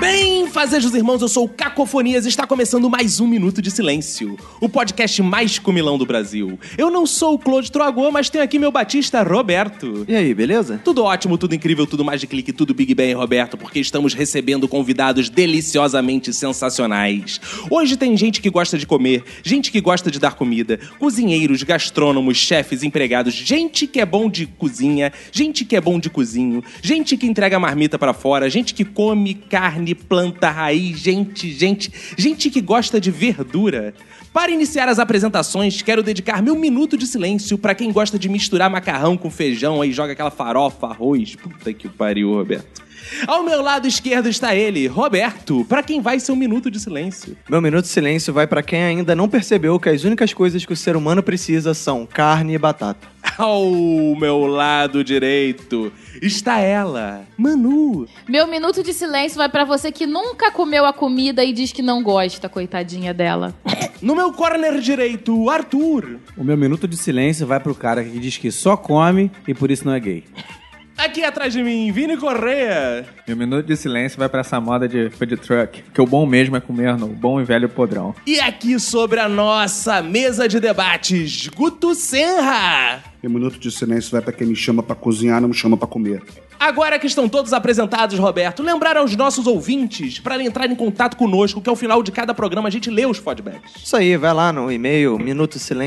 Bem, fazejos irmãos, eu sou o Cacofonias e está começando mais um Minuto de Silêncio, o podcast mais comilão do Brasil. Eu não sou o Claude Troagô, mas tenho aqui meu batista Roberto. E aí, beleza? Tudo ótimo, tudo incrível, tudo mais de clique, tudo Big Bang, Roberto, porque estamos recebendo convidados deliciosamente sensacionais. Hoje tem gente que gosta de comer, gente que gosta de dar comida, cozinheiros, gastrônomos, chefes, empregados, gente que é bom de cozinha, gente que é bom de cozinho, gente que entrega marmita pra fora, gente que come carne, planta, raiz, gente, gente, gente que gosta de verdura. Para iniciar as apresentações, quero dedicar meu minuto de silêncio para quem gosta de misturar macarrão com feijão aí joga aquela farofa, arroz. Puta que pariu, Roberto. Ao meu lado esquerdo está ele, Roberto, para quem vai ser um minuto de silêncio. Meu minuto de silêncio vai pra quem ainda não percebeu que as únicas coisas que o ser humano precisa são carne e batata. Ao meu lado direito está ela, Manu. Meu minuto de silêncio vai pra você que nunca comeu a comida e diz que não gosta, coitadinha dela. No meu corner direito, Arthur. O meu minuto de silêncio vai pro cara que diz que só come e por isso não é gay. Aqui atrás de mim, Vini Correia. Meu minuto de silêncio vai pra essa moda de food truck, que o bom mesmo é comer no bom e velho podrão. E aqui sobre a nossa mesa de debates, Guto Senra. Meu minuto de silêncio vai pra quem me chama pra cozinhar, não me chama pra comer. Agora que estão todos apresentados, Roberto, lembrar aos nossos ouvintes para entrar em contato conosco, que ao final de cada programa a gente lê os feedbacks. Isso aí, vai lá no e-mail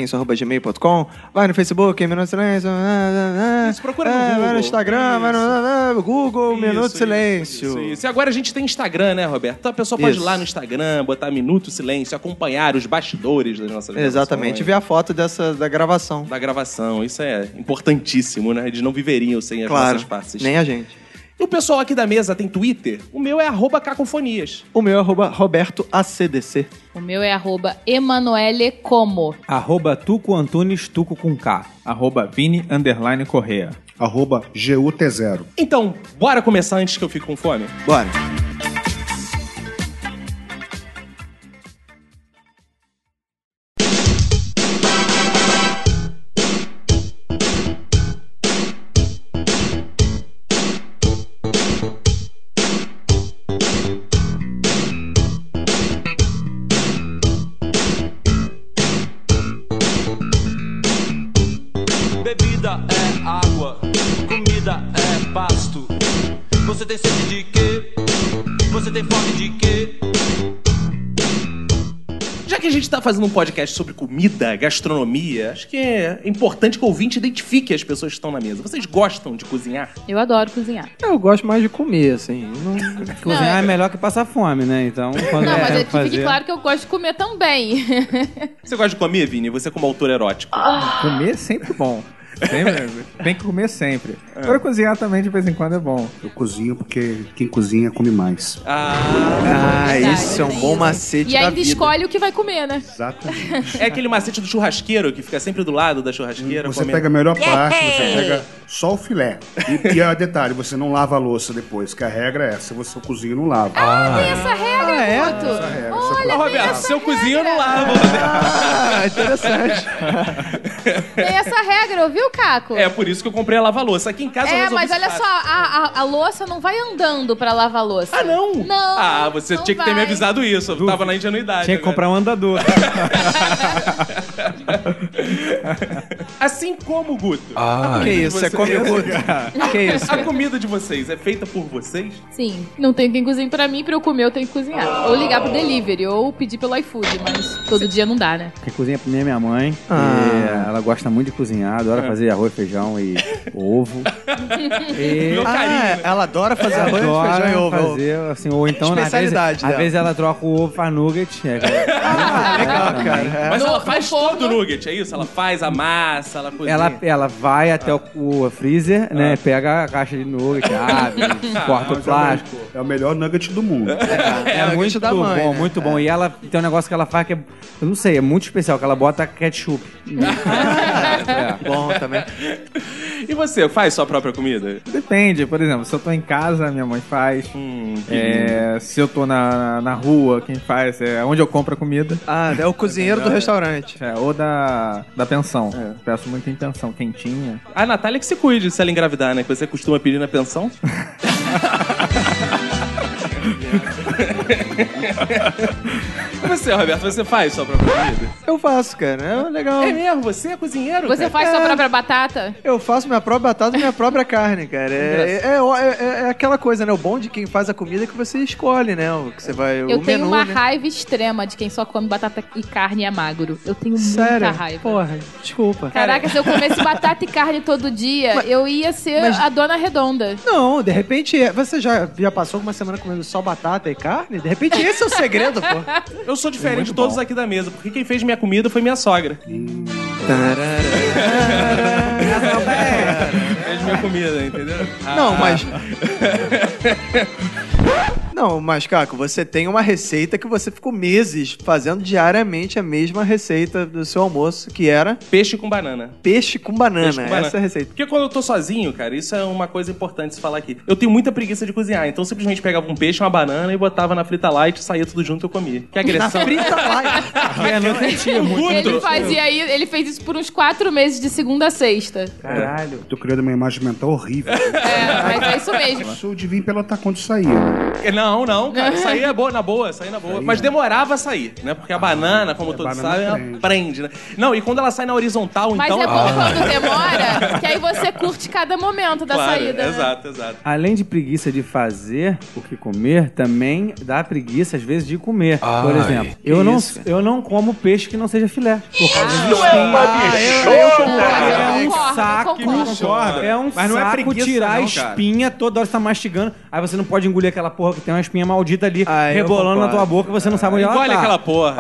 minutosilencio.gmail.com, vai no Facebook, Minuto de Silêncio, ah, ah, ah, Isso, procura no ah, vai Google. no Instagram, vai no Isso. ah, ah, Google, Minuto de Isso, Silêncio. Isso, isso. E agora a gente tem Instagram, né, Roberto? Então a pessoa pode Isso. ir lá no Instagram, botar Minuto Silêncio, acompanhar os bastidores das nossas Exatamente, ver gravações, a foto dessa da gravação. Da gravação, isso é importantíssimo, né? Eles não viveriam sem as claro, nossas partes. nem a gente. E o pessoal aqui da mesa tem Twitter. O meu é arroba cacofonias. O meu é arroba Roberto ACDC. O meu é arroba Emanuele Como. Arroba Tuco Antunes, Tuco com K. Arroba Vini Underline Correia. Arroba GUT0. Então, bora começar antes que eu fique com fome? Bora. Bebida é água, comida é pasto. Você tem sede de quê? Você tem fome de quê? Já que a gente tá fazendo um podcast sobre comida, gastronomia, acho que é importante que o ouvinte identifique as pessoas que estão na mesa. Vocês gostam de cozinhar? Eu adoro cozinhar. Eu gosto mais de comer, assim. Não... Cozinhar é melhor que passar fome, né? Então, quando Não, é mas é que fazer... fique claro que eu gosto de comer também. Você gosta de comer, Vini? Você como autor erótico. Comer é sempre bom. Sempre- tem que comer sempre. É. Agora cozinhar também de vez em quando é bom. Eu cozinho porque quem cozinha come mais. Ah, Ah, Verdade, isso é um tem bom isso. macete tá, né? e da ainda vida. escolhe o que vai comer, né? Exatamente. é aquele macete do churrasqueiro que fica sempre do lado da churrasqueira. Você comendo. pega a melhor parte, você pega só o filé. E, e ah, detalhe, você não lava a louça depois, que a regra é essa, você cozinha e não lava. Tem essa regra, Ah, é? Guto? Essa regra, Olha, essa Ô, tem Roberto, essa se eu cozinho, eu não regra. lavo. Roberto. Ah, interessante. Tem essa regra, ouviu, Caco? É por isso que eu comprei a lava-louça. Aqui em casa eu É, resolvi mas isso olha fácil. só, a, a, a louça não vai andando pra lavar a louça. Ah, não? Não, Ah, você não tinha que ter me vai. avisado isso. Eu tava na ingenuidade. né? Tinha que agora. comprar um andador. Assim como, Guto. Ah. que isso, Ah, você come gordo. Que isso, A cara. comida de vocês é feita por vocês? Sim. Não tem quem cozinhe pra mim, pra eu comer eu tenho que cozinhar. Ou ligar pro delivery, ou pedir pelo iFood, mas todo dia não dá, né? Quem cozinha pra mim é minha mãe. Ah. E ela gosta muito de cozinhar, É. adora fazer arroz, feijão e ovo. E Meu carinho. Ah, ela adora fazer arroz, adora feijão e ovo. fazer, assim, ou então, às vezes, Especialidade às dela. vezes ela troca o ovo pra nugget. É, Ah, legal, cara. Mas No- ela faz no forno. todo nugget, é isso? Ela faz a massa, ela cozinha. Ela, ela vai até o, o freezer, Ah. né? Pega a caixa de nugget, abre, corta o plástico. É o melhor nugget do mundo. É, a muito gente da mãe, bom, né? muito bom. E ela tem um negócio que ela faz que é, eu não sei, é muito especial, que ela bota ketchup. É. Bom também. E você, faz sua própria comida? Depende, por exemplo, se eu tô em casa, minha mãe faz. Uhum. Hum, Hum. É, se eu tô na, na rua, quem faz é onde eu compro a comida. Ah, é o cozinheiro do restaurante. É, ou da, da pensão. É. Peço muito em pensão, quentinha. A Natália que se cuide se ela engravidar, né? Que você costuma pedir na pensão. e você, Roberto, você faz sua própria comida? Eu faço, cara. É legal. É mesmo? Você é cozinheiro? cara? Você faz sua própria batata? Eu faço minha própria batata e minha própria carne, cara. É, é, é- é- é aquela coisa, né? O bom de quem faz a comida é que você escolhe, né? O que você vai. Eu o tenho menu, uma né? raiva extrema de quem só come batata e carne e é magro. Eu tenho Sério? muita raiva. Porra, desculpa. Caraca, se eu comesse batata e carne todo dia, eu ia ser a dona redonda. Não, de repente, é- você já, já passou uma semana comendo só batata e carne? De repente, esse é o segredo, pô. Eu sou diferente de todos aqui da mesa, porque quem fez minha comida foi minha sogra. É, né? Fez minha comida, entendeu? Não, mas. Não, mas, Caco, você tem uma receita que você ficou meses fazendo diariamente a mesma receita do seu almoço, que era Peixe com banana. peixe com banana. Peixe com banana. Essa ah. é a receita. Porque quando eu tô sozinho, cara, isso é uma coisa importante se falar aqui. Eu tenho muita preguiça de cozinhar, então eu simplesmente pegava um peixe, uma banana e botava na frita light, saía tudo junto e eu comia. Que agressão. Frita light. É, não sentia muito. Ele fazia aí, ele fez isso por uns quatro meses de segunda a sexta. Caralho. Tô criando uma imagem mental horrível. É, mas é isso mesmo. Isso de vir pelo né? quando saía. Não, não, cara, isso aí é boa, na boa, saía na boa. Mas demorava a sair, né? Porque a banana, É, como todos banana sabem, ela prende. prende, né? Não, e quando ela sai na horizontal, Mas então. é bom quando demora, que aí você curte cada momento da Claro, saída. né? exato, exato. Além de preguiça de fazer o que comer, também dá preguiça, às vezes, de comer. Por exemplo, eu não, isso, cara. eu não como peixe que não seja filé. Por causa de Ah, É eu um concordo, saco. concordo. É um Mas saco não é preguiça, tirar a não, cara. espinha, toda hora você tá mastigando, aí você não pode engolir aquela porra que tem uma espinha maldita ali, Ah, eu rebolando na concordo. tua boca, você não sabe onde ela tá. Engole aquela porra.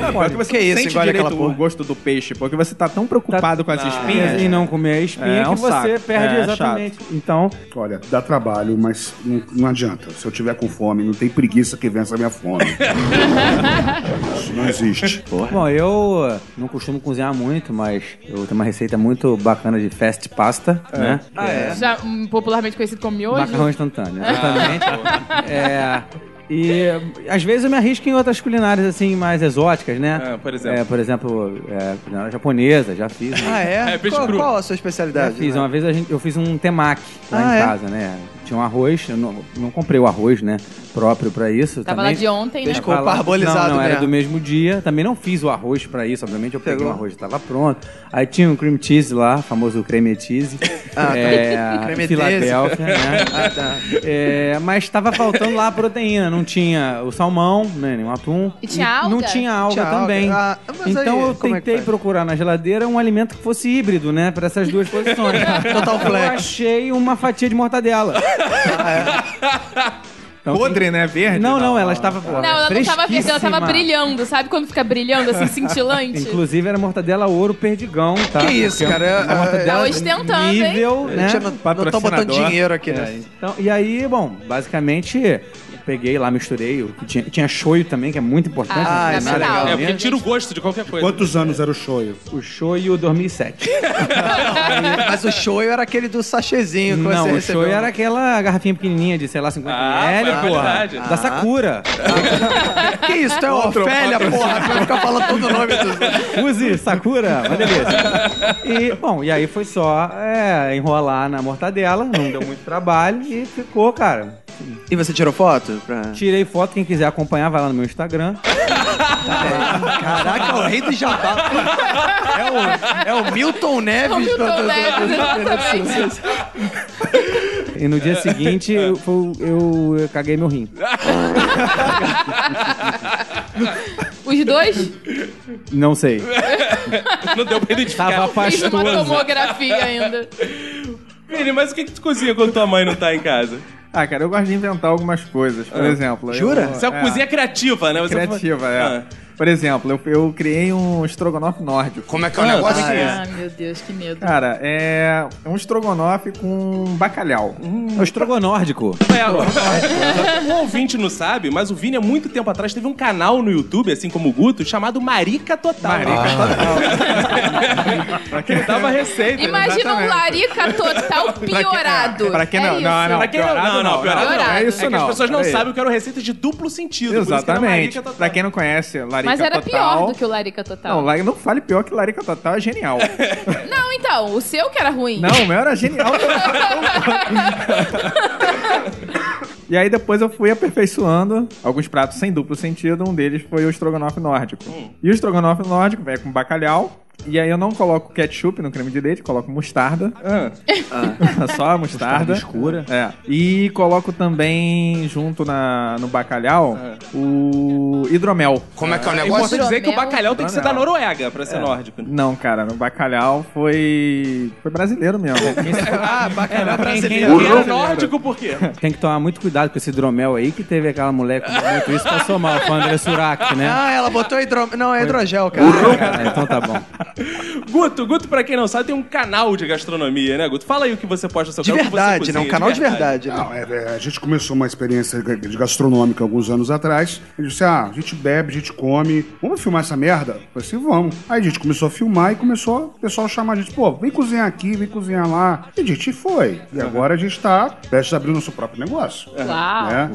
Não, pior que você Que é não isso, sente engole direito aquela porra. Ah, é. o gosto do peixe, porque você tá tão preocupado com as espinhas. né? E não comer a espinha É, é um que você saco. perde É, é exatamente. Então, Olha, dá trabalho, mas não, não adianta. Se eu tiver com fome, não tem preguiça que vença a minha fome. Isso não existe. bom, eu eh, não costumo cozinhar muito, mas eu tenho uma receita muito bacana de fast pasta, né? É, Ah, é. Já hum, popularmente conhecido como miojo. Macarrão instantâneo, exatamente. É, e às vezes eu me arrisco em outras culinárias assim mais exóticas, né? É, por exemplo. É, por exemplo, é, culinária japonesa, já fiz. né? Ah, é? É, peixe qual, cru. qual a sua Já especialidade? fiz. né? Uma vez a gente, eu fiz um temaki lá Ah, em é? casa, né? Tinha um arroz, eu não, não comprei o arroz, né? Próprio pra isso. Tava também. lá de ontem, né? Tava Ficou lá- parbolizado Não, não, era mesmo. do mesmo dia. Também não fiz o arroz pra isso, obviamente. Eu peguei Pegou. o arroz, tava pronto. Aí tinha um cream cheese lá, famoso creme cheese. Ah, é, Creme Filadélfia, né? Ah, tá. É, mas tava faltando lá a proteína. Não tinha o salmão, né, nem o atum. E tinha Não alga? tinha alga Tinha alga. também. Ah, mas então aí, eu como é que tentei faz? procurar na geladeira um alimento que fosse híbrido, né? Pra essas duas posições. Então, Total Eu flex. Ah, achei uma fatia de mortadela. é. Então, Podre, né? Verde? Não, não, ela estava. Não, Não, ela não tava perdendo, ela tava brilhando. Sabe quando fica brilhando, assim, cintilante? Inclusive era mortadela ouro perdigão, tá? Que isso, Porque cara, a é- mortadela Tá ostentando, hein? nível, né? Tia, não estão botando Patrocinador. dinheiro aqui, É, né? então, e aí, bom, basicamente eu peguei lá, misturei. o que Tinha, tinha shoyu também, que é muito importante. Ah, né? é Nada legal. É, legal porque mesmo. tira o gosto de qualquer coisa. Quantos anos era o shoyu? O shoyu 2007. Mas o shoyu era aquele do sachêzinho que você Não, o recebeu. shoyu era aquela garrafinha pequenininha de, sei lá, 50 Ah, ml, foi a porra. qualidade. Ah. Da Sakura. Que isso? Tu é Outro Ofélia, porra. Tu vai ficar falando todo o nome dos... Use Sakura, uma delícia. E, bom, e aí foi só é, enrolar na mortadela, não deu muito trabalho e ficou, cara. E você tirou foto? Pra... Tirei foto, quem quiser acompanhar, vai lá no meu Instagram. Caraca, é o rei do jabá. É o, é o Milton Neves. O Milton do- do- do- Neves, do- E no dia seguinte eu, foi- eu- eu caguei meu rim. Os dois? Não sei. Não deu pra identificar. Tava Fiz uma pastoso. tomografia ainda. Vini, mas o que, que tu cozinha quando tua mãe não tá em casa? Ah, cara, eu gosto de inventar algumas coisas. Por exemplo. Jura? Eu, Você é uma cozinha criativa, né? Você é. criativa, é. Ah. Por Por exemplo, eu, eu criei um estrogonofe nórdico. Como é que é o negócio? Ah, meu Deus, que medo. Cara, é é um estrogonofe com bacalhau. É o estrogonórdico. É, o ouvinte não sabe, mas o Vini há muito tempo atrás teve um canal no YouTube, assim como o Guto, chamado Marica Total. Marica Total. que ele dava receita. Imagina um larica total piorado. Pra quem é não- isso. não, não. Pra quem não, Piorado não, não, não, piorado não. piorado. É isso que não. as pessoas não Peraí. sabem o que eram receitas de duplo sentido. por isso que era Exatamente. Marica Total. Pra quem não conhece, Larica Mas era Total... pior do que o larica total. Não, Larica- não fale pior que Larica Total é genial. Não, então, o seu que era ruim. Não, o meu era genial. e aí depois eu fui aperfeiçoando alguns pratos sem duplo sentido. Um deles foi o estrogonofe nórdico. E o estrogonofe nórdico é com bacalhau. E aí eu não coloco ketchup no creme de leite, coloco mostarda. Só a mostarda. Mostarda escura. É. E coloco também, junto na, no bacalhau, o hidromel. Como é que é o É negócio? importante dizer que o Hidromel. bacalhau tem que ser da Noruega pra ser nórdico. Não, cara, no bacalhau foi. Foi brasileiro mesmo. Ah, bacalhau brasileiro. quem- Quem era Urro. é nórdico por quê? Tem que tomar muito cuidado com esse hidromel aí, que teve aquela mulher que comeu muito isso passou mal, com a André Surak, né? Ah, ela botou hidro... Não, é hidrogel, cara. Ah, então tá bom. Guto, Guto, pra quem não sabe, tem um canal de gastronomia, né, Guto? Fala aí o que você posta no seu De canal. o que você verdade, cozinha, né? Um canal de verdade. né? Não, é, é, a gente começou uma experiência de gastronômica alguns anos atrás. A gente disse, ah, a gente bebe, a gente come, vamos filmar essa merda? Eu falei assim, vamos. Aí a gente começou a filmar e começou o pessoal a chamar a gente, pô, vem cozinhar aqui, vem cozinhar lá. E a gente foi. E agora a gente tá prestes a abrir o nosso próprio negócio. Uau. Né?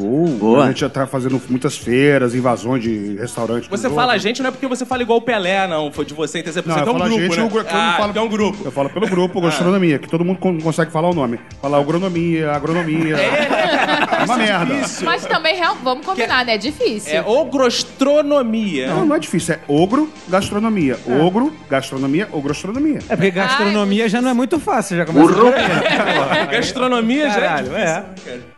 A gente já tá fazendo muitas feiras, invasões de restaurantes. Você fala a gente, não é porque você fala igual o Pelé, não. Foi de você, então você Não, é eu um falo a grupo, gente, né? eu, eu ah, não falo, então é um grupo. Ah. Eu falo pelo grupo, gastronomia, que todo mundo con- consegue falar o nome. Falar agronomia, agronomia. É, uma merda. Mas também, real- vamos combinar, né? É difícil. É ogrostronomia. Não, não é difícil. É ogro, gastronomia. É. Ogro, gastronomia, ogrostronomia. É porque gastronomia já não é muito fácil, já começa é. Gastronomia, gente. é.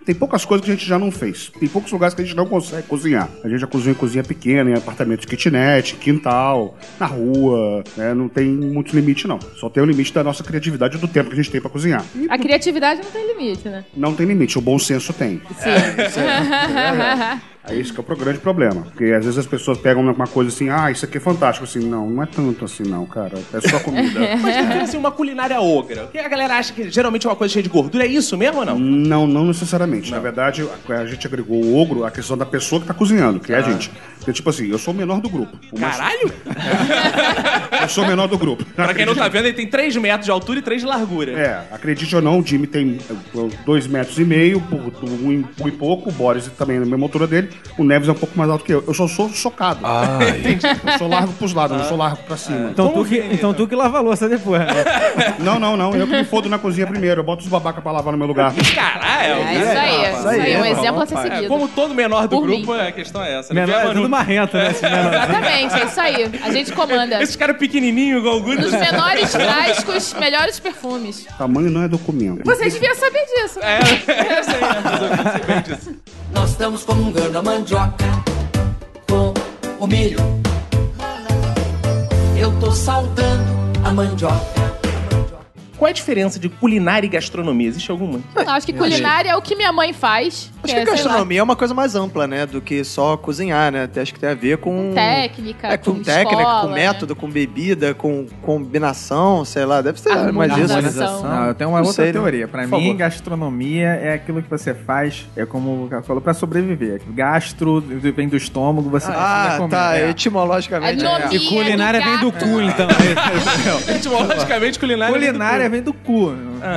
Tem poucas coisas que a gente já não fez. Tem poucos lugares que a gente não consegue cozinhar. A gente já cozinhou em cozinha pequena, em apartamento de kitnet, quintal, na rua. né? Não tem muito limite, não. Só tem o limite da nossa criatividade e do tempo que a gente tem pra cozinhar. E A criatividade não tem limite, né? não tem limite, o bom senso tem. É isso que é o pro- grande problema. Porque às vezes as pessoas pegam uma coisa assim, ah, isso aqui é fantástico. Assim, não, não é tanto assim, não, cara. É só comida. Mas tem assim, uma culinária ogra. O que a galera acha que geralmente é uma coisa cheia de gordura? É isso mesmo ou não? Não, não necessariamente. Na verdade, a, a gente agregou o ogro à questão da pessoa que tá cozinhando, Ah. que é a gente. Porque, tipo assim, eu sou o menor do grupo. O mais- Caralho! eu sou o menor do grupo. Pra quem não tá vendo, ele tem 3 metros de altura e 3 de largura. É, acredite ou não, o Jimmy tem 2 metros e meio, por por um, e- um e pouco, o Boris também é na mesma altura dele, o Neves é um pouco mais alto que eu. Eu só sou socado. Eu sou largo pros lados, eu não sou Ah. largo pra É. cima. Então tu, que, então tu que lava a louça depois. né? Não, não, não. Eu que me fodo na cozinha primeiro. Eu boto os babaca pra lavar no meu lugar. Caralho! É isso aí, isso aí, aí. Um rapaz. exemplo a ser É, seguido. como todo menor do Por grupo, mim. a questão é essa. né? Menor, Vê a é Manu. tudo marrento, né? Esse menor. Exatamente, é isso aí. A gente comanda. Esses caras pequenininhos, é igual o Guto. Nos menores frascos, melhores perfumes. Tamanho não é documento. Vocês deviam saber disso. né? Essa É, aí, né? Mas eu sei bem disso. Nós estamos comungando a mandioca com o milho. Eu tô saudando a mandioca. Qual é a diferença de culinária e gastronomia? Existe alguma? Eu acho que culinária é o que minha mãe faz. Acho que é, sei lá, gastronomia é uma coisa mais ampla, né? Do que só cozinhar, né? Até Acho que tem a ver com. Técnica, É, com, com técnica, escola, com né? método, com bebida, com combinação, sei lá. Deve ser mais isso. Harmonização. Não, eu tenho uma Não outra sei, né? teoria. Pra Por mim, favor. gastronomia é aquilo que você faz, é como o cara falou, pra sobreviver. Gastro vem do estômago, você precisa Ah, comer. tá. É. A Etimologicamente. nomia E culinária vem do gato. cu, então. Etimologicamente, culinária. é Culinária vem do cu. Bom,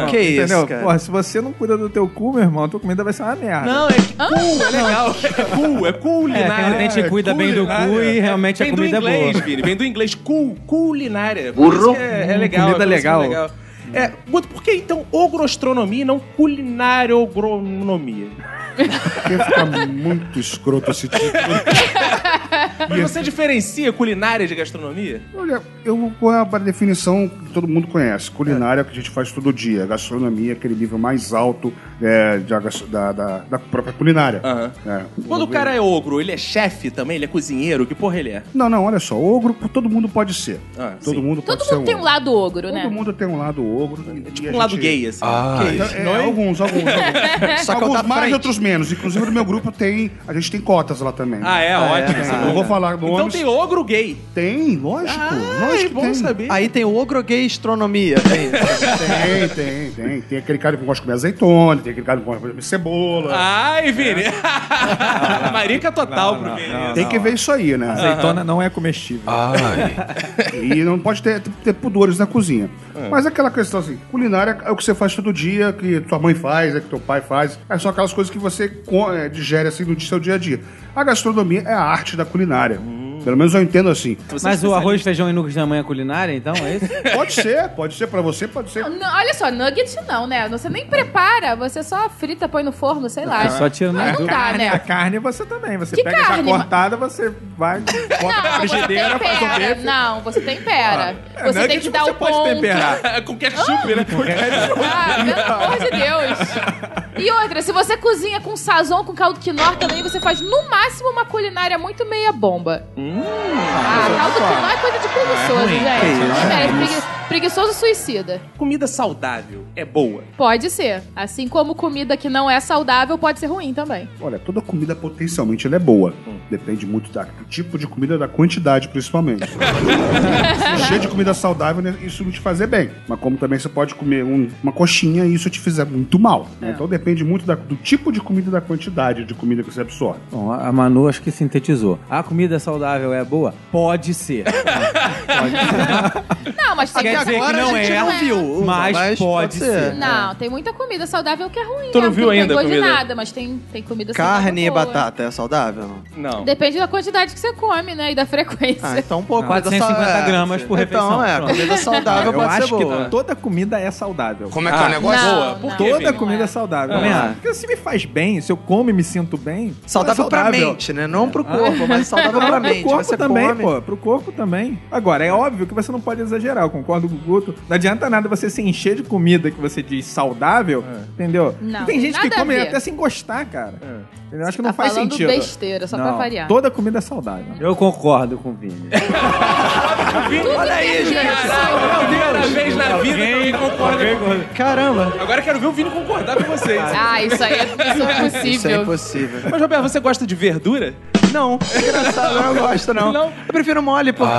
Que isso, entendeu? cara. Porra, se você não cuida do teu cu, meu irmão, tua comida vai ser uma merda. Não, é que cool, é legal. É cool, é É, culinária. tem muita gente que cuida bem do cu e realmente a Vem do comida é inglês, boa. Vini, vem do inglês. Cool, culinária. Por isso que É, é legal. Comida é por isso que é legal. É, Guto, por que então ogrostronomia e não culinariogronomia? Porque fica muito escroto esse tipo título. Mas você diferencia culinária de gastronomia? Olha, eu vou pôr a definição que todo mundo conhece. Culinária é o que a gente faz todo dia. Gastronomia é aquele nível mais alto é, de águas- da, da- da própria culinária. Aham. É. Quando o cara é ogro, ele é chefe também? Ele é cozinheiro? Que porra ele é? Não, não, olha só, ogro todo mundo pode ser. Ah, todo sim. mundo pode Todo ser mundo tem um ogro. lado ogro, né? Todo mundo tem um lado ogro. e- e Tipo a um lado gente- gay, assim. Ah, Que Então, isso? é, alguns, alguns, alguns. Só que eu alguns tá mais frente. outros menos. Inclusive no meu grupo tem. A gente tem cotas lá também. Ah, é? Ótimo. Tem, isso é não bom. vou falar nomes. Então tem ogro gay. Tem, lógico. é lógico que bom tem. saber. Aí tem o ogro gay astronomia. Tem isso. Tem, tem, tem. Tem aquele cara que gosta de comer azeitona, tem aquele cara que gosta de comer cebola. Ai, Vini. Marica total pro Vini. tem que ver isso aí, né? Ah. Azeitona não é comestível. E não pode ter, ter pudores na cozinha. Mas aquela questão assim, culinária é o que você faz todo dia, que tua mãe faz, é que teu pai faz. É só aquelas coisas que você co- eh, digere assim no seu dia a dia. A gastronomia é a arte da culinária. Pelo menos eu entendo assim. Você Mas é o arroz, feijão e nuggets da manhã é culinária, então, é isso? Pode ser, pode ser pra você, pode ser. Não, olha só, nugget não, né? Você nem prepara, você só frita, põe no forno, sei lá. Só tira no Aí não forno. dá, A né? carne você também. Você Que pega carne, já cortada, você vai, bota na Não, você frigideira, faz um tempera. bife. Não, você tempera. Ah, É, Você tem nuggets que dar o pode ponto. temperar. sensacional. Com ketchup, né? Ah, pelo amor de Deus. E outra, se você cozinha com sazon, com caldo quinoa também, você faz no máximo uma culinária muito meia bomba. ah, caldo quinoa é coisa de preguiçoso, gente. É, pregui- preguiçoso suicida. Comida saudável é boa. Pode ser. Assim como comida que não é saudável pode ser ruim também. Olha, toda comida potencialmente ela é boa. Depende muito da- do tipo de comida, da quantidade, principalmente. Se Cheio de comida saudável, né, isso não te fazer bem. Mas como também você pode comer um- uma coxinha e isso te fizer muito mal. né? Então depende muito da- do tipo de comida, e da quantidade de comida que você absorve. Bom, a a Manu acho que sintetizou. A comida saudável é boa? Pode ser. Não, mas tem Quer dizer que não a gente é, não viu, mas, mas pode pode ser. ser. Não, tem muita comida saudável que é ruim. Tu não né? viu Porque ainda a não tem gosto comida? de nada, mas tem, tem comida Carne saudável e boa. batata é saudável? Não. Depende da quantidade que você come, né? E da frequência. Ah, então um pouco. 450 gramas por Então, refeição. é, Pronto. comida saudável Eu pode ser acho que boa. tá. toda comida é saudável. Como é que é o negócio? Boa. Não, Por não. quê, Toda Kevin? Vini? comida Não é é. saudável. Também acho. Porque se me faz bem, se eu como e me sinto bem. Saudável é pra mente, né? Não pro corpo, mas saudável pra Pro mente. corpo Você também, come. pô. Pro corpo também. Agora, é óbvio que você não pode exagerar, eu concordo com o Guto. Não adianta nada você se encher de comida que você diz saudável, É. entendeu? Não, E tem gente que nada a come ver. até sem gostar, cara. É. Entendeu? Eu Acho que não tá faz falando sentido. besteira, só pra Não, variar. Toda comida é saudável. Eu concordo com o Vini. Olha aí, gente. É Caralho, primeira vez na vida que alguém concorda comigo. Caramba. Agora eu quero ver o Vini concordar com vocês. Ah, isso aí é isso é Isso é impossível. impossível. Mas, Roberto, você gosta de verdura? Não, engraçado, eu não gosto, não. Não? Eu prefiro mole, porque.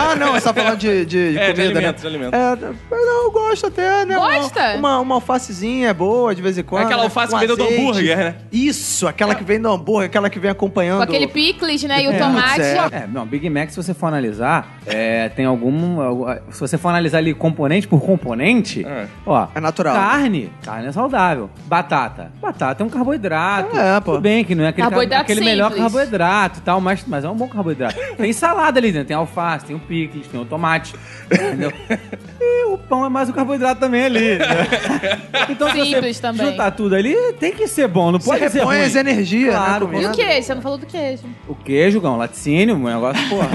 Ah, não, você tá falando de, de, de É, de comida, alimentos, de né? alimentos. É, não, eu gosto até, né? Uma- Gosta? Uma, uma alfacezinha é boa, de vez em quando. Aquela né? alface Com que vem do azeite. hambúrguer, né? Isso, aquela que vem do hambúrguer, aquela que vem acompanhando. Com aquele picles, né? E o tomate. Putz, é. É, não, Big Mac, se você for analisar, é, tem algum. algum- Se você for analisar ali componente por componente, É. ó. É natural. Tá. Carne. Carne é saudável. Batata. Batata é um carboidrato. É, pô. Tudo bem que não é aquele, Carboidrato aquele melhor simples. carboidrato e tal, mas, mas é um bom carboidrato. tem salada ali dentro, tem alface, tem o picles, tem o tomate. Entendeu? E o pão é mais um carboidrato também ali. né? Então, Simples se você também. juntar tudo ali, tem que ser bom, não pode ser Repõe ruim. as energias, Claro, né? E comida. o queijo? Você não falou do queijo. O queijo, um laticínio, um negócio, porra.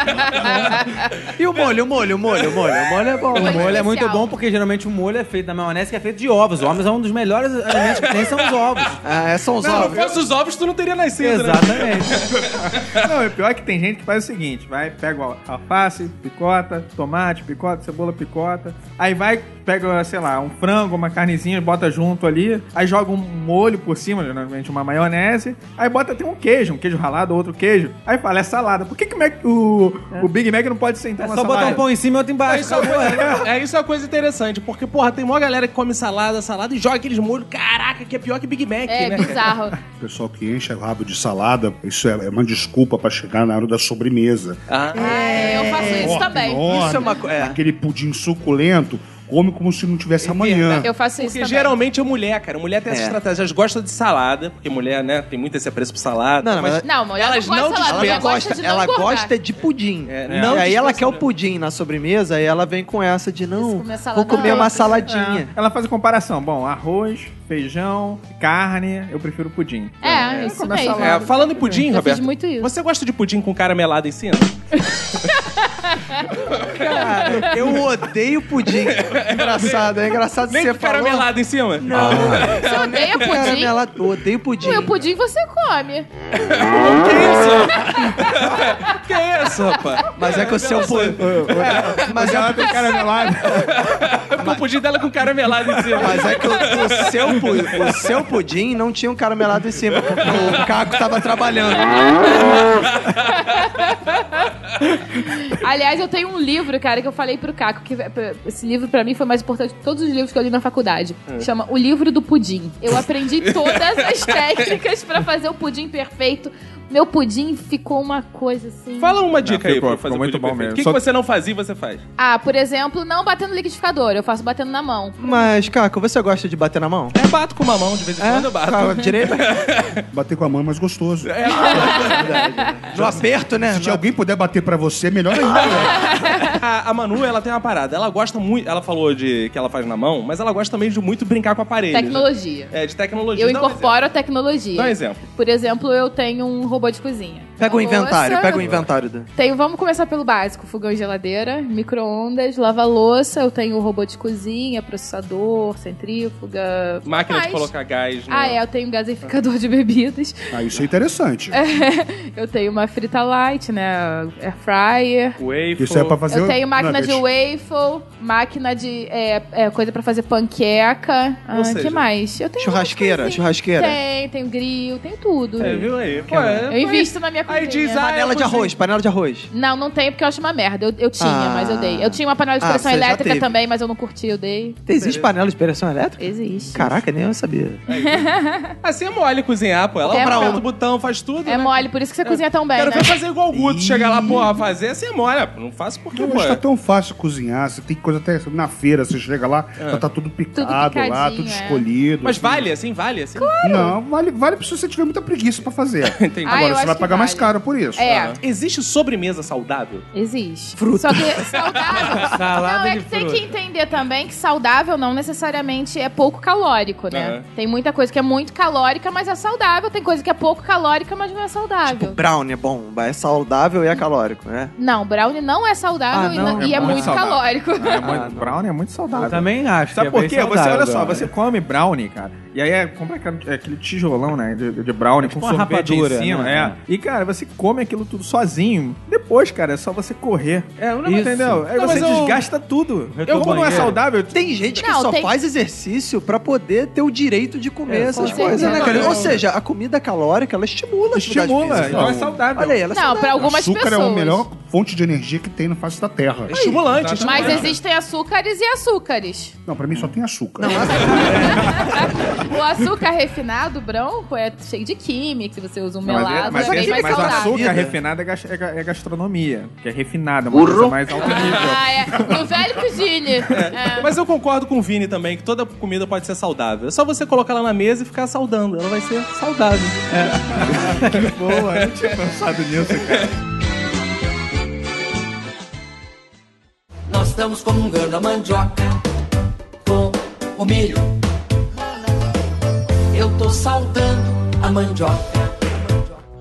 É, E o molho, o molho, o molho, o molho. O molho é bom. O molho é especial. muito bom porque geralmente o molho é feito da maionese que é feito de ovos. Ovos é um dos melhores alimentos que tem, são os ovos. Ah, é, são os Não, não ovos. fosse os ovos, tu não teria nascido, né? Exatamente. Não, e o pior é que tem gente que faz o seguinte: vai, pega o alface, picota, tomate, picota, cebola, picota. Aí vai, pega, sei lá, um frango, uma carnezinha, bota junto ali. Aí joga um molho por cima, geralmente uma maionese. Aí bota até um queijo, um queijo ralado, outro queijo. Aí fala, é salada. Por que, que o Mac- o, o Big Mac não pode ser então É uma só botar um salada? pão em cima e outro É embaixo. isso, é, uma acabou. coisa, é, isso é uma coisa interessante, porque, porra, tem uma galera que come salada, salada e joga aqueles molhos, caraca, que é pior que Big Mac, É, né? bizarro. O pessoal que enche o rabo de salada, isso é é uma desculpa pra chegar na hora da sobremesa. Ah, é, eu faço isso Torta também. enorme, Isso é uma co- é. Aquele pudim suculento, come como se não tivesse amanhã. Eu faço isso Porque também. geralmente é mulher, cara. Mulher tem essa É. estratégia. Elas gostam de salada, porque mulher, né, tem muito esse apreço por salada. Não, não, mas Não, mulher Elas não não gosta de salada, ela mulher dispensam. gosta, gosta, de não ela engordar. gosta de pudim. É, E não aí ela dispensa, quer o né? pudim na sobremesa e ela vem com essa de Isso, não, comer Ah. vou salada comer uma antes, saladinha. É, ela faz a comparação. Bom, arroz, feijão, carne, eu prefiro pudim. É, isso começa mesmo. lá. É, falando em pudim, Eu fiz Roberto. muito isso. Você gosta de pudim com caramelada em cima? Cara, eu odeio pudim. Engraçado, é engraçado Nem você com falou. caramelado em cima? Ah. Não. Você odeia pudim? Caramela, eu odeio pudim. O pudim você come. Que isso, rapaz? Mas é que o seu pudim. Mas é tem caramelada. Eu É pudim dela com caramelado em cima. Mas é que o, o seu, pu- o seu pudim não tinha um caramelado em cima, porque o Caco tava trabalhando. Aliás, eu tenho um livro, cara, que eu falei pro Caco, que eh, esse livro pra mim foi o mais importante de todos os livros que eu li na faculdade. Hum. Chama O Livro do Pudim. Eu aprendi todas as técnicas pra fazer o pudim perfeito. Meu pudim ficou uma coisa assim. Fala uma dica aí ficou- pra eu fazer ficou muito pudim bom perfeito. mesmo. O que, Só- que você não fazia e você faz? Ah, por exemplo, não batendo no liquidificador, eu faço batendo na mão. Mas, Caco, você gosta de bater na mão? Eu É, bato com uma mão, de vez em quando eu bato. Com a direita? Bater com a mão é mais gostoso. No aperto, né? Se alguém puder bater pra você, melhor Ah. ainda. né? A, a Manu, ela tem uma parada. Ela gosta muito. Ela falou de que ela faz na mão, mas ela gosta também de muito brincar com aparelhos. Tecnologia. É, de tecnologia. Eu Dá um exemplo. incorporo a tecnologia. Dá um exemplo. Por exemplo, eu tenho um robô de cozinha. Pega o Uma inventário, louça, pega o inventário. Dan. Tenho, vamos começar pelo básico: fogão e geladeira, micro-ondas, lava-louça. Eu tenho o robô de cozinha, processador, centrífuga. Máquina mais. de colocar gás. no- Ah, é, eu tenho um gasificador de bebidas. Ah, isso é interessante. Eu tenho uma frita light, né? Air fryer. Waffle. Isso é pra fazer. eu tenho máquina de nuggets. waffle, máquina de. é, é, coisa pra fazer panqueca. Ou O seja, que mais? Eu tenho Churrasqueira, umas coisinhas. churrasqueira. Tem, tem grill, tem tudo. É, viu aí? Pô, Eu invisto na minha Aí cozinha. diz, ah, Panela eu de cozinho. arroz, panela de arroz. Não, não tem porque eu acho uma merda. Eu, eu tinha, Ah. mas eu dei. Eu tinha uma panela de Ah, pressão você já elétrica teve. também, mas eu não curti, eu dei. Existe panela de pressão elétrica? Existe. Caraca, nem eu sabia. Assim é mole cozinhar, pô. Ela É aperta mole. o botão, faz tudo. É né? mole, por isso que você cozinha tão bem, Quero né? ver fazer igual o Guto. Chegar lá, porra, fazer assim é mole. Não faço porque, Não, pô. é. hoje tá tão fácil cozinhar, você tem coisa até na feira, você chega lá, É. já tá tudo picado lá, picadinho, tudo é. escolhido. Mas assim. vale assim? Vale assim? Não, vale, vale se você tiver muita preguiça pra fazer. Então. Entendi. Ah, eu Agora, você acho vai que pagar mais vale. caro por isso. É, Existe sobremesa saudável? existe. Fruta. Só que é saudável. Salada não, é de que tem fruta. que entender também que saudável não necessariamente é pouco calórico, né? Aham. Tem muita coisa que é muito calórica, mas é saudável. Tem coisa que é pouco calórica, mas não é saudável. Brownie é bom, é saudável e é calórico, né? Não, brownie não é saudável Ah, e não, não- é e é, bom, é muito saudável. calórico. É Ah, muito, brownie é muito saudável. Eu também acho. Sabe que é por bem quê? Você, saudável, olha só, né? você come brownie, cara, e aí é, compra aquele, aquele tijolão, né, de, de É brownie com Tipo uma sorvete em rapadura, cima. né? É. E, cara, você come aquilo tudo sozinho. Depois, cara, é só você correr. É, negócio- entendeu? Aí Não, você mas eu- desgasta tudo. Eu tô Eu, como não é banheiro. saudável, Tem gente que Não, só tem- faz exercício pra poder ter o direito de comer É, essas com coisas, certeza. né, cara? Ou seja, a comida calórica, ela estimula a atividade estimula. física. Então é saudável. Olha aí, ela é Não, pra algumas Açúcar pessoas. é a melhor fonte de energia que tem na face da Terra. Estimulante. Mas estimulante. existem açúcares e açúcares. Não, pra mim só tem açúcar. O açúcar refinado branco é cheio de química, se você usa um Não, mas é- melado, mas é bem é- mais mas saudável. açúcar Vida. refinado é, gas- é ga- é gastronomia, que é refinada, uma coisa mais alto nível. Ah, é. No velho Cugine. É. Mas eu concordo com o Vini também, que toda comida pode ser saudável. É só você colocar ela na mesa e ficar saudando. Ela vai ser saudável. é Boa, eu não tinha pensado nisso, cara. Nós estamos comungando a mandioca com o milho. Eu tô saltando a mandioca.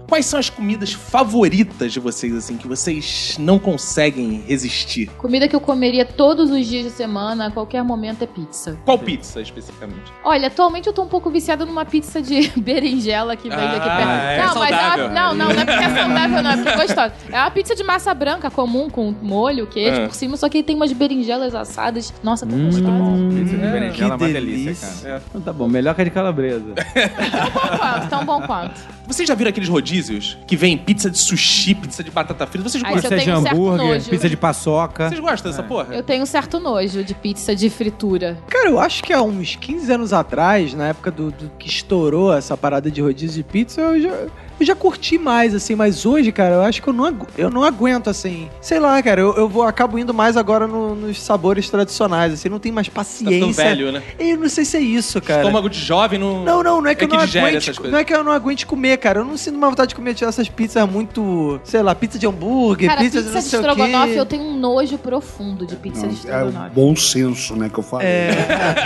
Quais são as comidas favoritas de vocês, assim, que vocês não conseguem resistir? É. Comida que eu comeria todos os dias de semana, a qualquer momento, é pizza. Qual pizza, especificamente? Olha, atualmente eu tô um pouco viciada numa pizza de berinjela que vende aqui Ah, perto. é não, mas é saudável. uma, não, não, não é porque é saudável, não, é porque é gostosa. É uma pizza de massa branca comum, com molho, queijo Ah. por cima, só que aí tem umas berinjelas assadas. Nossa, Hum. tão gostosa. Pizza de berinjela é uma que delícia, cara. Então tá bom, melhor que a de calabresa. Tão bom quanto, tão bom quanto. Vocês já viram aqueles rodízios que vem pizza de sushi, pizza de batata frita? Vocês Aí gostam? você Pizza tem de um certo hambúrguer, nojo. pizza de é- paçoca. Vocês gostam É. dessa porra? Eu tenho um certo nojo de pizza de fritura. Cara, eu acho que há uns 15 anos atrás, na época do, do que estourou essa parada de rodízio de pizza, eu já, eu já curti mais, assim, mas hoje, cara, eu acho que eu não, agu- eu não aguento, assim. Sei lá, cara, eu, eu vou acabo indo mais agora no- nos sabores tradicionais, assim, não tem mais Tá ficando paciência. velho, né? eu não sei se é isso, cara. Estômago de jovem não... Não, não, não é que, É que eu não digere aguente. essas coisas. Não é que eu não aguente comer, cara. Eu não sinto uma vontade de comer tipo, essas pizzas muito. Sei lá, pizza de hambúrguer, Cara, pizza, pizza, de de não sei o estrogonofe, eu quê. tenho um nojo profundo de pizza de É o estrogonofe. bom senso, né, que eu falo. É.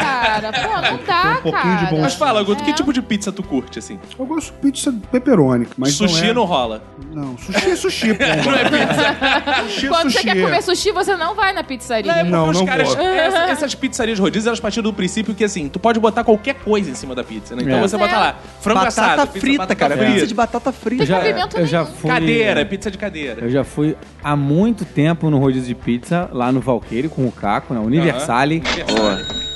Cara, pô, não Tem dá, um pouquinho de cara. bom Mas fala, Guto, É. que tipo de pizza tu curte, assim? Eu gosto de pizza de pepperoni, gastronômica. Mas Sushi não, não rola. é... não. Sushi é sushi, pô. não é Sushi é Quando sushi. você quer comer sushi, você não vai na pizzaria. é Não, é Porque os não caras, pode. essa- essas pizzarias rodízio, elas partiram do princípio que assim, tu pode botar qualquer coisa em cima da pizza, né? Então É. você bota É. lá, frango batata assado, pizza, frita, batata cara. frita, Pizza de batata frita. Tem cabimento eu já é nenhum. fui. cadeira, pizza de cadeira. Eu já fui há muito tempo no rodízio de pizza, lá no Valqueiro, com o Caco, na Universale. Que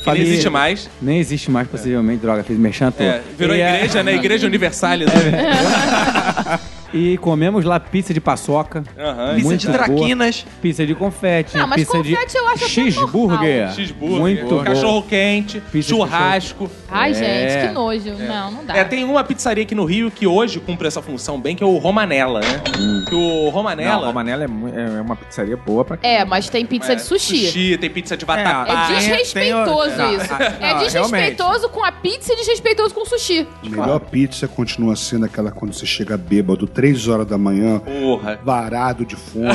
Falei- nem existe mais. Nem existe mais, possivelmente, droga, fez merchan à toa. É, virou E, é, igreja, né? Igreja Universal. assim. E comemos lá pizza de paçoca, Aham. é Pizza Muito de traquinas. pizza de confete, Não, mas pizza confete de eu acho até É. cheeseburger. Cheeseburger, Muito bom. cachorro quente, Pizza de churrasco. Ai, É. gente, que nojo. Não, não dá. É, tem uma pizzaria aqui no Rio que hoje cumpre essa função bem, que é o Romanella, né? Que o Não, Romanella. Romanella é, mu- é uma pizzaria boa pra É, mas tem pizza é, de sushi. tem pizza de É batata. Ah, desrespeitoso tem o- isso. Ah, ah, é não, desrespeitoso com a pizza e desrespeitoso com o sushi. Melhor pizza continua sendo aquela quando você chega bêbado, três horas da manhã, Porra. varado de fome,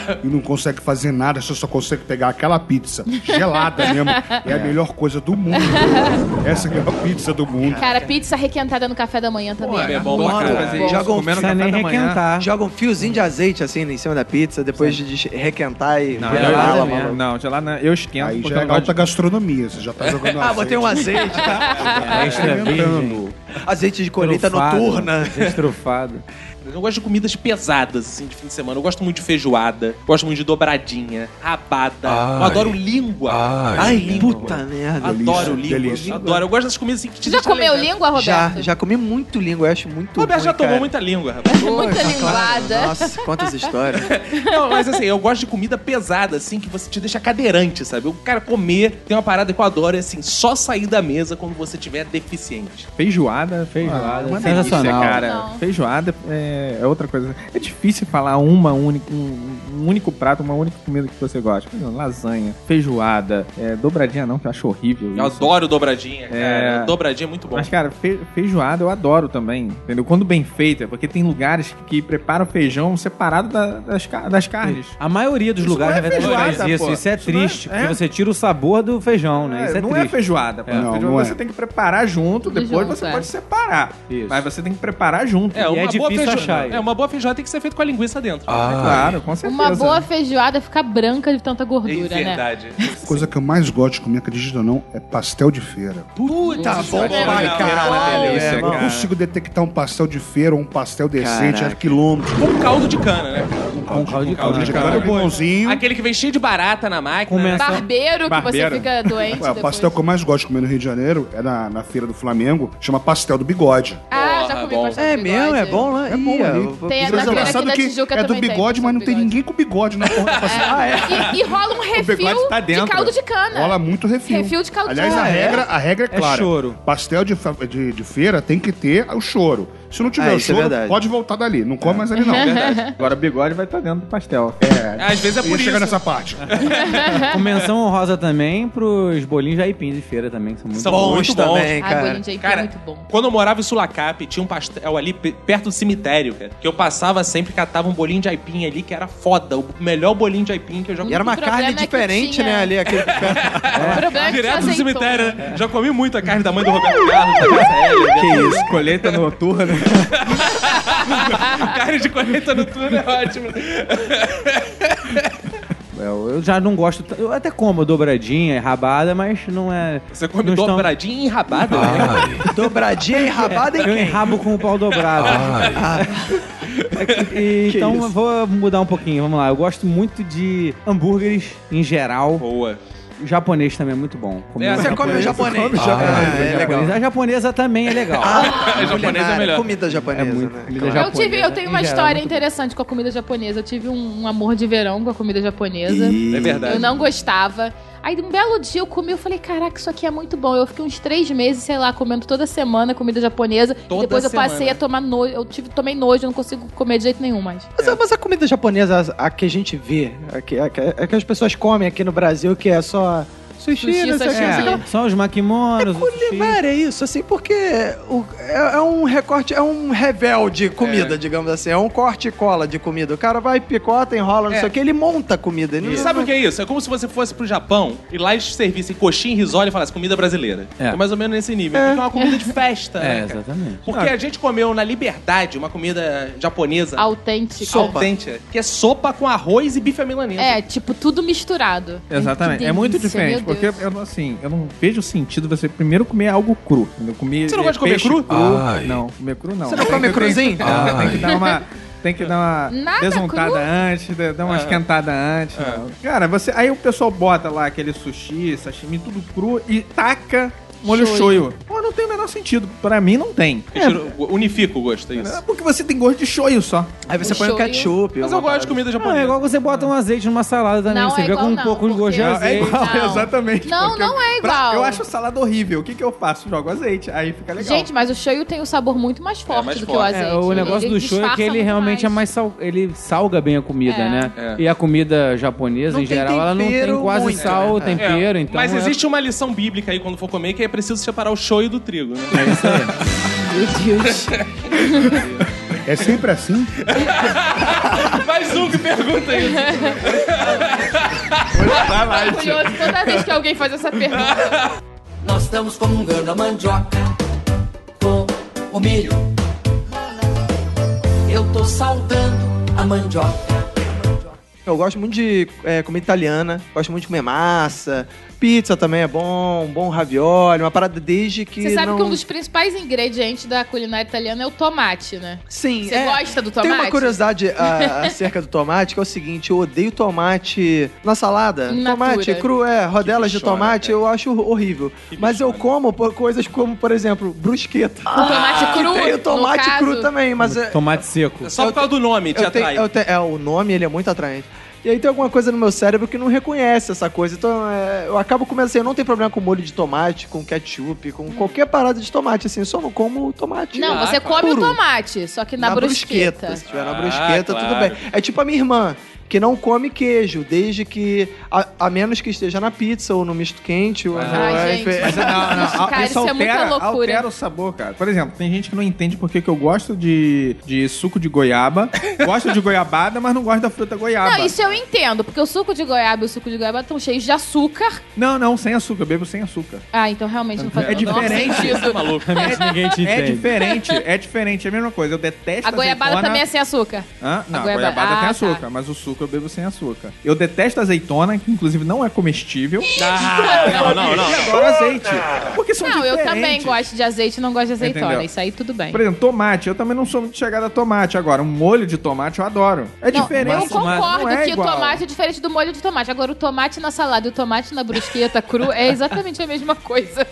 e não consegue fazer nada, você só consegue pegar aquela pizza gelada mesmo. É, a melhor coisa do mundo. Essa é a melhor pizza do mundo. Cara, pizza requentada no café da manhã também. é bom pra Adoro. caralho. Joga um Não comendo precisa café nem da manhã. requentar. Joga um fiozinho de azeite assim em cima da pizza, depois de de requentar e. né? Não, é Vai eu, lá, eu, maluco. não, não, gelada não, eu esquento. Aí porque já é eu gosto alta gastronomia, você já tá jogando Ah, botei um azeite, tá? de extra virgem, Azeite de colheita trufado, noturna. Destrufado. Eu gosto de comidas pesadas, assim, de fim de semana. Eu gosto muito de feijoada, gosto muito de dobradinha, rabada. eu adoro língua. Ai, puta merda. adoro delícia, língua. delícia. Adoro. Eu gosto dessas comidas assim que te Já deixam comeu lembrando. língua, Roberto? Já, já comi muito língua, eu acho muito. O Roberto ruim, já tomou cara. muita língua, rapaz. É Muita linguada. Nossa, quantas histórias. Não, mas assim, eu gosto de comida pesada, assim, que você te deixa cadeirante, sabe? O cara comer, tem uma parada que eu adoro, é assim, só sair da mesa quando você tiver deficiente. Feijoada, feijoada. Ah, uma delícia, sensacional. cara. Não. Feijoada é, é outra coisa. É difícil falar uma única, um, um único prato, uma única comida que você gosta. Por exemplo, lasanha, feijoada, é, dobradinha não, que eu acho horrível. Eu isso. adoro dobradinha, cara. É. Dobradinha é muito bom. Mas, cara, fe- feijoada eu adoro também, entendeu? Quando bem feita, porque tem lugares que preparam feijão separado da- das, ca- das carnes. A maioria dos Isso lugares não é na verdade, feijoada, faz isso. pô. Isso é Isso não é- triste, porque é. você tira o sabor do feijão, né? Isso é não é triste. feijoada, pô. É. Não, Feijoada não é. você tem que preparar junto, Tudo depois junto, você é. pode separar. Isso. Mas você tem que preparar junto. E é boa difícil feijoada- achar Ah. isso. É, uma boa feijoada tem que ser feita com a linguiça dentro. É claro, com certeza. Uma boa feijoada fica branca de tanta É gordura, né? verdade. A coisa que eu mais gosto de comer, acredita ou não, é pastel de feira. Puta, Tá bom demais, cara. Eu É, não consigo detectar um pastel de feira ou um pastel decente a quilômetros. Com caldo de cana, né? Com caldo de Caldo de cana, é pãozinho. Aquele que vem cheio de barata na máquina. Começa- né? É Barbeiro, que você Barbeiro. fica doente Ué, o depois. pastel que eu mais gosto de comer no Rio de Janeiro é na, na feira do Flamengo, chama pastel do bigode. Ah, já Porra, comi bom. pastel de É bigode. mesmo, é bom lá. É bom Ih, ali. eu vou- Tem a Mas da feira aqui da que Tijuca é do também tem bigode, pastel mas não do tem bigode. ninguém com bigode na porra da pastel. Ah, é? E, e rola um refil bigode tá de dentro. caldo de cana. Ah, Rola muito refil. Refil de Ah, caldo de Aliás, a cana. regra, a regra é É clara. choro. Pastel de, fa- de- de feira tem que ter o choro. Se não tiver Ah, o isso é choro, verdade. pode voltar dali. Não come mais ali, É não. Agora o bigode vai estar dentro do pastel. Às vezes é Eu ia por isso. chegar nessa parte. né? Com Menção menção honrosa também também pros pros bolinhos bolinhos de de aipim de feira também, que são muito São bons. muito Bons bons. também, Ah, cara. bolinho de aipim é Cara, muito bom. quando eu morava em Sulacap, tinha um pastel ali pe- perto do cemitério, cara, que eu passava sempre, catava um bolinho de aipim ali, que era foda, o melhor bolinho de aipim que eu já E comi. era uma O problema carne é que diferente, tinha- né? Ali, aquele. O problema é Direto que do tinha azeitona. cemitério, É. né? Já comi muito a carne da mãe do Roberto Carlos, da Graça Heller, né? Que isso, colheita noturna. né? carne de colheita no túnel é ótimo. Eu É, Eu já não gosto. t- Eu até como dobradinha e rabada, mas não é. Você come não estão- dobradinha e rabada, né? Dobradinha e rabada em Eu quem? enrabo com o pau dobrado. Ah. É que- e- então eu vou mudar um pouquinho, vamos lá. Eu gosto muito de hambúrgueres em geral. Boa. O japonês também é muito bom. Comer É, um Você come o japonês. Ah, é legal. japonês. A japonesa também é legal. A japonesa é Culinária, melhor. Comida japonesa, É muito- né? comida Claro. japonesa. Eu, tive, eu tenho uma Em geral, história muito interessante com a comida japonesa. Eu tive um, um amor de verão com a comida japonesa. É verdade. Eu não gostava. Aí um belo dia eu comi, eu falei, caraca, isso aqui é muito bom. Eu fiquei uns três meses, sei lá, comendo toda semana comida japonesa. E Toda depois eu semana. passei a tomar nojo. Eu tive, tomei nojo, eu não consigo comer de jeito nenhum mais. Mas, a- mas a comida japonesa, a, a que a gente vê, a que, a que- a que as pessoas comem aqui no Brasil, que é só sushi, Sushi, não sei o que, sashimi. não sei o que lá. São os maquimonos. É culinária isso, assim, porque o- é, é um recorte, é um revel de comida, digamos assim. É um corte e cola de comida. O cara vai, picota, enrola, não É. sei o que, ele monta a comida. Ele não- Sabe o que é isso? É como se você fosse pro Japão e lá eles servissem coxinha e risole e falassem comida brasileira. É. É. mais ou menos nesse nível. Porque é uma comida de festa, né, É, cara? exatamente. Porque a gente comeu na Liberdade uma comida japonesa Autêntico. autêntica, que é sopa com arroz e bife à milanesa. É, tipo, tudo misturado. Exatamente. Que É muito delícia, diferente, meu porque Deus. eu, não- assim, eu não vejo sentido você primeiro comer algo cru. Eu comi Você não gosta de eh, comer peixe cru? Ai. Não, comer cru não. Você não Tem come que- tem- cruzinho? Não, Tem que dar uma... Tem que dar uma Nada desuntada cru? antes, de- dar uma esquentada antes. É, não. Cara, você, aí o pessoal bota lá aquele sushi, sashimi, tudo cru e taca molho shoyu. Pô, não tem o menor sentido. Pra mim, não tem. Eu tiro- Unifica o gosto, é isso. É porque você tem gosto de shoyu só. Aí você O põe o shoyu. ketchup. um um- Mas uma eu gosto parada. de comida Não, japonesa. é igual você bota um azeite numa salada também. Não, você é vê igual com um não, pouco de gosto de porque- é azeite. igual, Não. exatamente. Não, porque eu- não é pra- igual. eu acho salada horrível. O que, que eu faço? Jogo azeite. Aí fica legal. Gente, mas o shoyu tem um sabor muito mais forte mais do que o forte. azeite. né? É, o negócio Ele do show é disfarça que ele muito realmente é mais sal, ele salga bem a comida, É. né? É. E a comida japonesa, Não em tem geral, ela não tem tempero quase muito, sal, né? É, tempero, então. Mas é- existe uma lição bíblica aí quando for comer que é preciso separar o shoyu do trigo, né? É isso aí. Meu Deus. É sempre assim? Mais um que pergunta isso. Fico curioso toda vez que alguém faz essa pergunta. Nós estamos comungando a mandioca com o milho. Eu tô saudando a mandioca. Eu gosto muito de é, comida italiana, gosto muito de comer massa, pizza também é bom, um bom ravioli, uma parada desde que. Você sabe não... que um dos principais ingredientes da culinária italiana é o tomate, né? Sim, Você é. gosta do tomate? Tem uma curiosidade ah, acerca do tomate, que é o seguinte, eu odeio tomate na salada. In Tomate natura. cru, é, rodelas de bichona, tomate, cara. eu acho horrível. Mas eu como por coisas como, por exemplo, brusqueta. O tomate cru, tem o tomate no cru caso. também, mas é, Tomate seco. Só por causa do nome te eu tenho, atrai. eu tenho- é, o nome, ele é muito atraente. E aí tem alguma coisa no meu cérebro que não reconhece essa coisa. Então é, eu acabo comendo assim, eu não tenho problema com molho de tomate, com ketchup, com qualquer parada de tomate, assim, eu só não como tomate. Não, você come puro. o tomate, só que na, brusqueta. Se tiver na Ah, brusqueta, tudo claro. bem. É tipo a minha irmã, que não come queijo, desde que. A, a menos que esteja na pizza ou no misto quente. ou no- Ai, gente. enfim. Cara, isso é muita loucura. altera o sabor, cara. Por exemplo, tem gente que não entende porque que eu gosto de, de suco de goiaba, gosto de goiabada, mas não gosto da fruta goiaba. Não, isso eu entendo, porque o suco de goiaba e o suco de goiaba estão cheios de açúcar. não, não, sem açúcar, eu bebo sem açúcar. Ah, então realmente não faz É não dá um diferente. sentido. Maluco. Realmente ninguém te É entende. diferente, é diferente, é a mesma coisa. Eu detesto A goiabada azeitona. também é sem açúcar. Hã? Não, A a goiaba- goiabada, tem Ah, açúcar, mas o suco eu bebo sem açúcar. Eu detesto azeitona, que inclusive não é comestível. Ah, não, não, não. E adoro azeite. Porque são Não, eu diferentes. também gosto de azeite e não gosto de azeitona. Entendeu? Isso aí tudo bem. Por exemplo, tomate. Eu também não sou muito chegada a tomate. Agora, um molho de tomate eu adoro. É Não, diferente. Eu mas concordo não é que igual. o tomate é diferente do molho de tomate. Agora, o tomate na salada e o tomate na brusqueta cru é exatamente a mesma coisa.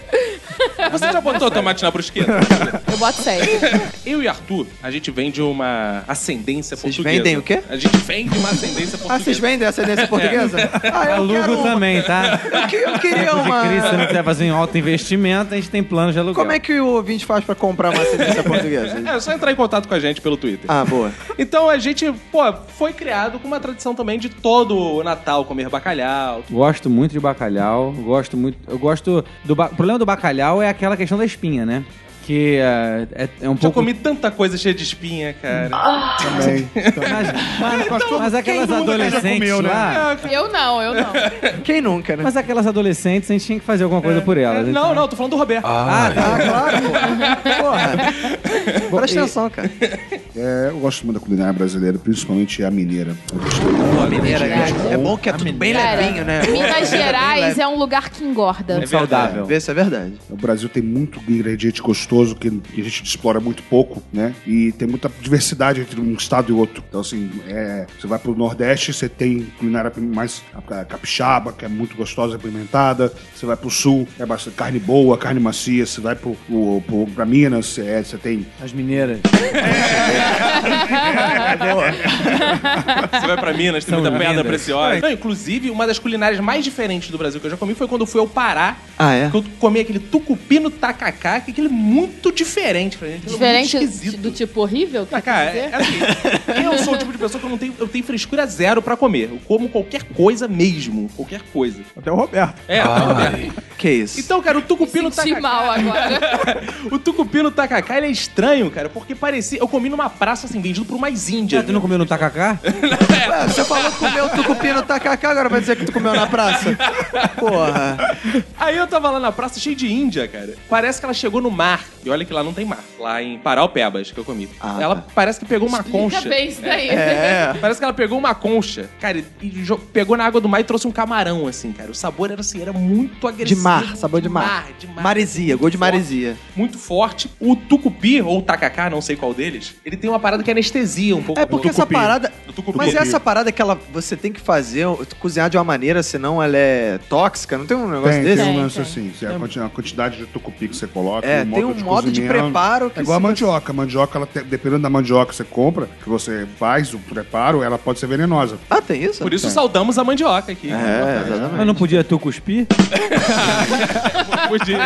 é Você já botou tomate na brusqueta? Eu boto sério. Eu e Arthur, a gente vem de uma ascendência Vocês portuguesa. vendem o quê? A gente vem de uma ascendência portuguesa. Ah, vocês vendem essa dessa portuguesa? Ah, eu quero Alugo uma. também, tá? Eu, que- eu queria uma. Cris, você não quiser fazer um alto investimento, a gente tem plano de aluguel. Como é que o ouvinte faz pra comprar uma ascendência portuguesa? É, é só entrar em contato com a gente pelo Twitter. Ah, boa. Então a gente, pô, foi criado com uma tradição também de todo o Natal comer bacalhau. Gosto muito de bacalhau, gosto muito. Eu gosto do ba- O problema do bacalhau é aquela questão da espinha, né? Que eh, é, é um Já pouco comi tanta coisa cheia de espinha, cara. Também. Mas, Então, mas- mas aquelas adolescentes né? lá. Eu não, eu não. Quem nunca, né? Mas aquelas adolescentes, a gente tinha que fazer alguma coisa por elas. É. então. não, então. não, tô falando do Roberto. Ai. é Ah, claro, pô. Porra. Presta atenção, cara. É, eu gosto muito da culinária brasileira, principalmente a mineira. Eu gostei. Mineira, cara. É bom que é tudo bem Cara, levinho, né? Minas Gerais é um lugar que engorda. Muito saudável. Vê se é verdade. O Brasil tem muito ingrediente gostoso que que a gente explora muito pouco, né? E tem muita diversidade entre um estado e outro. Então, assim, é, você vai pro Nordeste, você tem culinária mais a- a capixaba, que é muito gostosa, apimentada. Você vai pro Sul, é bastante carne boa, carne macia. Você vai pro, pro, pro- pra Minas, é, você tem As mineiras. Você vai pra Minas, tem muita pedra preciosa. Não, inclusive, uma das culinárias mais diferentes do Brasil que eu já comi foi quando eu fui ao Pará. Ah, é? Que eu comi aquele tucupi no tacacá, que é aquele muito diferente pra gente. aquilo é Diferente muito esquisito. do tipo horrível? Ah, quer cara, dizer? é assim, eu sou o tipo de pessoa que eu não tenho, eu tenho frescura zero pra comer. Eu como qualquer coisa mesmo, qualquer coisa. Até o Roberto. É, Que isso? Então, cara, o tucupi no Senti tacacá, mal agora. o tucupi no tacacá, ele é estranho, cara, porque parecia, eu comi numa praça assim vendido por umas índias. Tu não comeu no tacacá? Ah, você falou que comeu tucupi no tacacá, agora vai dizer que tu comeu na praça? Porra. Aí eu tava lá na praça cheio de índia, cara. Parece que ela chegou no mar. E olha que lá não tem mar. Lá em Paraupebas, que eu comi. Ah, ela tá. parece que pegou uma Fica concha. bem isso daí. É. Parece que ela pegou uma concha, cara, e jo- pegou na água do mar e trouxe um camarão, assim, cara. O sabor era assim, era muito agressivo. mar, sabor de mar. de mar. Maresia, gol de Forte, maresia. Muito forte. O tucupi, ou o tacacá, não sei qual deles, ele tem uma parada que anestesia um pouco. É porque essa parada. Do tucupi. Mas essa parada que ela, você tem que fazer, cozinhar de uma maneira, senão ela é tóxica, não tem um negócio Tem, desse? tem um Tem, lance tem. assim. se A quanti- a quantidade de tucupi que você coloca, É, o tem um modo de cozimento. preparo que É igual a se- mandioca. A mandioca, ela te- dependendo da mandioca que você compra, que você faz o preparo, ela pode ser venenosa. Ah, tem isso? Por isso saudamos a mandioca aqui. É, Mas exatamente. não podia tu cuspir? Podia.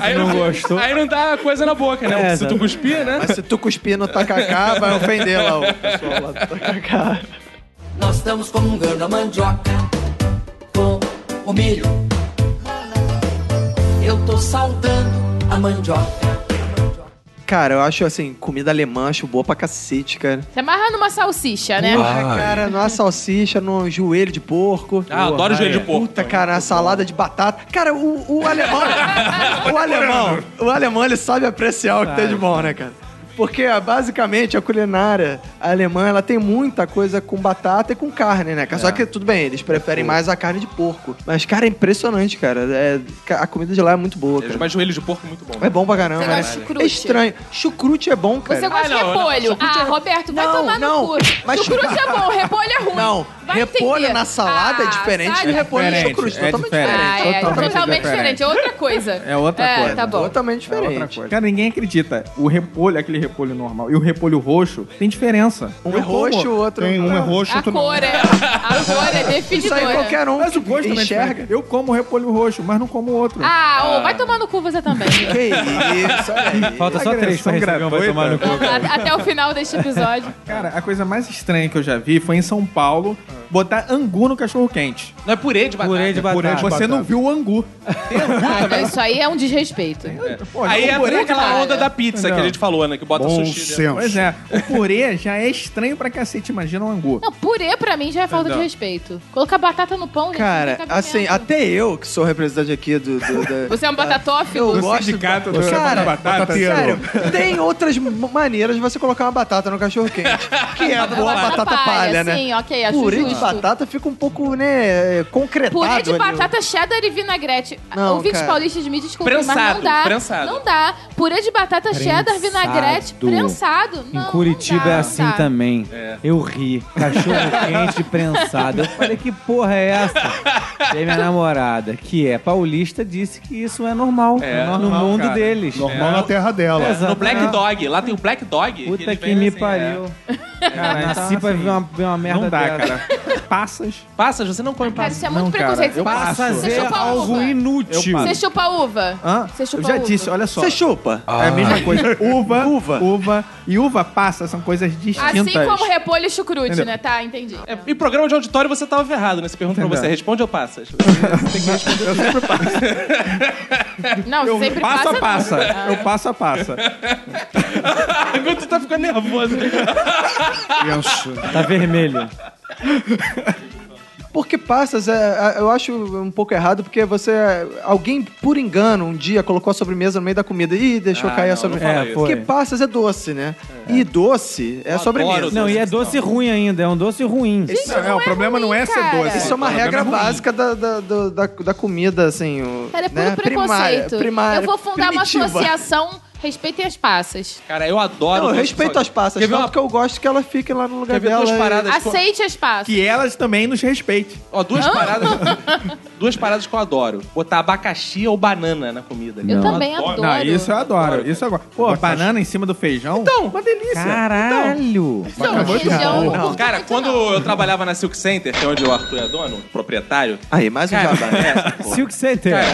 Aí Não gostou. Aí não dá coisa na boca, né? É, Se tu exato. cuspir, né? Mas se tu cuspir no tacacá, vai ofender lá o pessoal lá do tacacá. Nós estamos comungando a mandioca com o milho. Eu tô saudando a mandioca. Cara, eu acho assim, comida alemã, acho boa pra cacete, cara. Se amarra numa salsicha, né? Porra, Ah, cara, numa salsicha, num joelho de porco. Ah, Porra, adoro joelho de é. porco. Puta, cara, uma salada de batata. Cara, o, o alemão. o alemão. O alemão, ele sabe apreciar o que tem de bom, né, cara? Porque ah, basicamente a culinária alemã ela tem muita coisa com batata e com carne, né? cara? É. Só que tudo bem, eles preferem mais a carne de porco. Mas, cara, é impressionante, cara. É, ca- a comida de lá é muito boa. Cara. Mas joelho de porco é muito bom. É bom pra caramba. Você gosta né? de chucrute? É estranho. Chucrute é bom, cara. Você gosta de Ah, não, não. repolho? Chucrute Ah, Roberto, vai Não, tomar não. no cu. Mas- Chucrute é bom, repolho é ruim. Não, Vai repolho entender. na salada é Ah, diferente sabe? de repolho no Diferente, chucrute. é totalmente diferente. Ah, é, é Totalmente totalmente, diferente. diferente. é outra coisa. É outra coisa. É, tá bom. Totalmente diferente. Cara, ninguém acredita. O repolho, aquele repolho normal e o repolho roxo, tem diferença. Um é roxo, o outro Tem um é roxo, A outro não. cor é, a cor é Isso aí definidora. qualquer um Mas o gosto também é enxerga. diferente. Eu como repolho roxo, mas não como outro. Ah, ô, vai tomar no cu você também. Que isso, olha aí. Falta só três pra Agressão receber um vai gratuita. tomar no cu. Vamos lá, até o final deste episódio. Cara, a coisa mais estranha que eu já vi foi em São Paulo botar angu no cachorro quente. Não é purê de batata. Purê de batata. Você não viu o angu. Ah, não, isso aí é um desrespeito. Pô, Aí o entra purê, aquela é batata. onda da pizza que a Não. gente falou, né? Que bota Bom sushi dentro. senso. Pois é, o purê já é estranho pra cacete, imagina um angu. Não, purê pra mim já é falta de respeito. Colocar batata no pão, gente, Cara, não tem cabimento. assim, até eu, que sou representante aqui do... do- da- Você é um batatófilo? Eu Do gosto... sindicato do- Cara, da batata. batateiro. sério, tem outras m- maneiras de você colocar uma batata no cachorro-quente. Que é a boa batata palha, né? Sim, ok, assim, acho Purê de justo. batata fica um pouco, né, concretado Purê de ali. batata cheddar e vinagrete. Ah, Não, Ouvintes cara. paulistas me desculpem, mas Prensado, não dá. prensado. Não dá. Purê de batata cheddar, Prensado. vinagrete, prensado. Não, Em Curitiba não dá, é não assim dá. também. É. Eu ri. Cachorro quente prensado. Eu falei, que porra é essa? E aí minha namorada, que é paulista, disse que isso é normal. É, no normal, mundo cara. deles. Normal na terra dela. Exato. No Black Dog, lá tem o Black Dog. Puta eles que vendem me assim, É. pariu. Tá, Cara, então, nasci pra assim, ver uma, ver uma merda Não dá, dessa. cara. Passas. é. Passas, você não come Cara, passas. isso é muito Não, cara, preconceito. eu Você passo. Você Fazer chupa algo uva. inútil. Eu Você chupa uva? Hã? Você chupa Eu já uva? disse, olha só. Você chupa. Ah. É a mesma coisa. Uva, Uva. uva, e uva passa são coisas distintas. Assim como repolho e chucrute, Entendeu? né? Tá, entendi. É, e programa de auditório você tava ferrado, né? Você pergunta pra Entendeu? você, responde ou passas? Não, Eu sempre passo passa. a passa. Eu passo a passa. Agora tu tá ficando nervoso. Isso. Tá vermelho. Porque passas, é, é, eu acho um pouco errado, porque você. Alguém, por engano, um dia colocou a sobremesa no meio da comida e deixou Ah, cair não, a sobremesa. não fala isso. porque Foi. passas é doce, né? E doce é Eu sobremesa. adoro Não, e é doce ruim ainda. É um doce ruim. Gente, não é ruim, cara. Isso Isso é uma o problema regra é ruim. básica da, da, do- da, da comida, assim. o- Cara, é puro né? preconceito. Primária, primária, eu vou fundar primitiva. uma associação Respeitem as passas. Cara, eu adoro. Não, eu quando- respeito as passas, Quer ver só uma- porque eu gosto que ela é fique lá no lugar Quer ver dela. duas e- paradas? que- Aceite as passas. é Que elas também nos respeitem. Ó, duas paradas. duas paradas que eu adoro. Botar abacaxi ou banana na comida. Então, Eu cara. também adoro. Não, isso eu adoro. Isso eu gosto. Pô, banana em cima do feijão? Então, uma delícia. Caralho! é Não, feijão, não curto Cara, muito, quando não. eu trabalhava na Silk Center, que é onde o Arthur é dono, proprietário, Aí, mais um Cara, jabá. é, pô. Silk Center. Cara,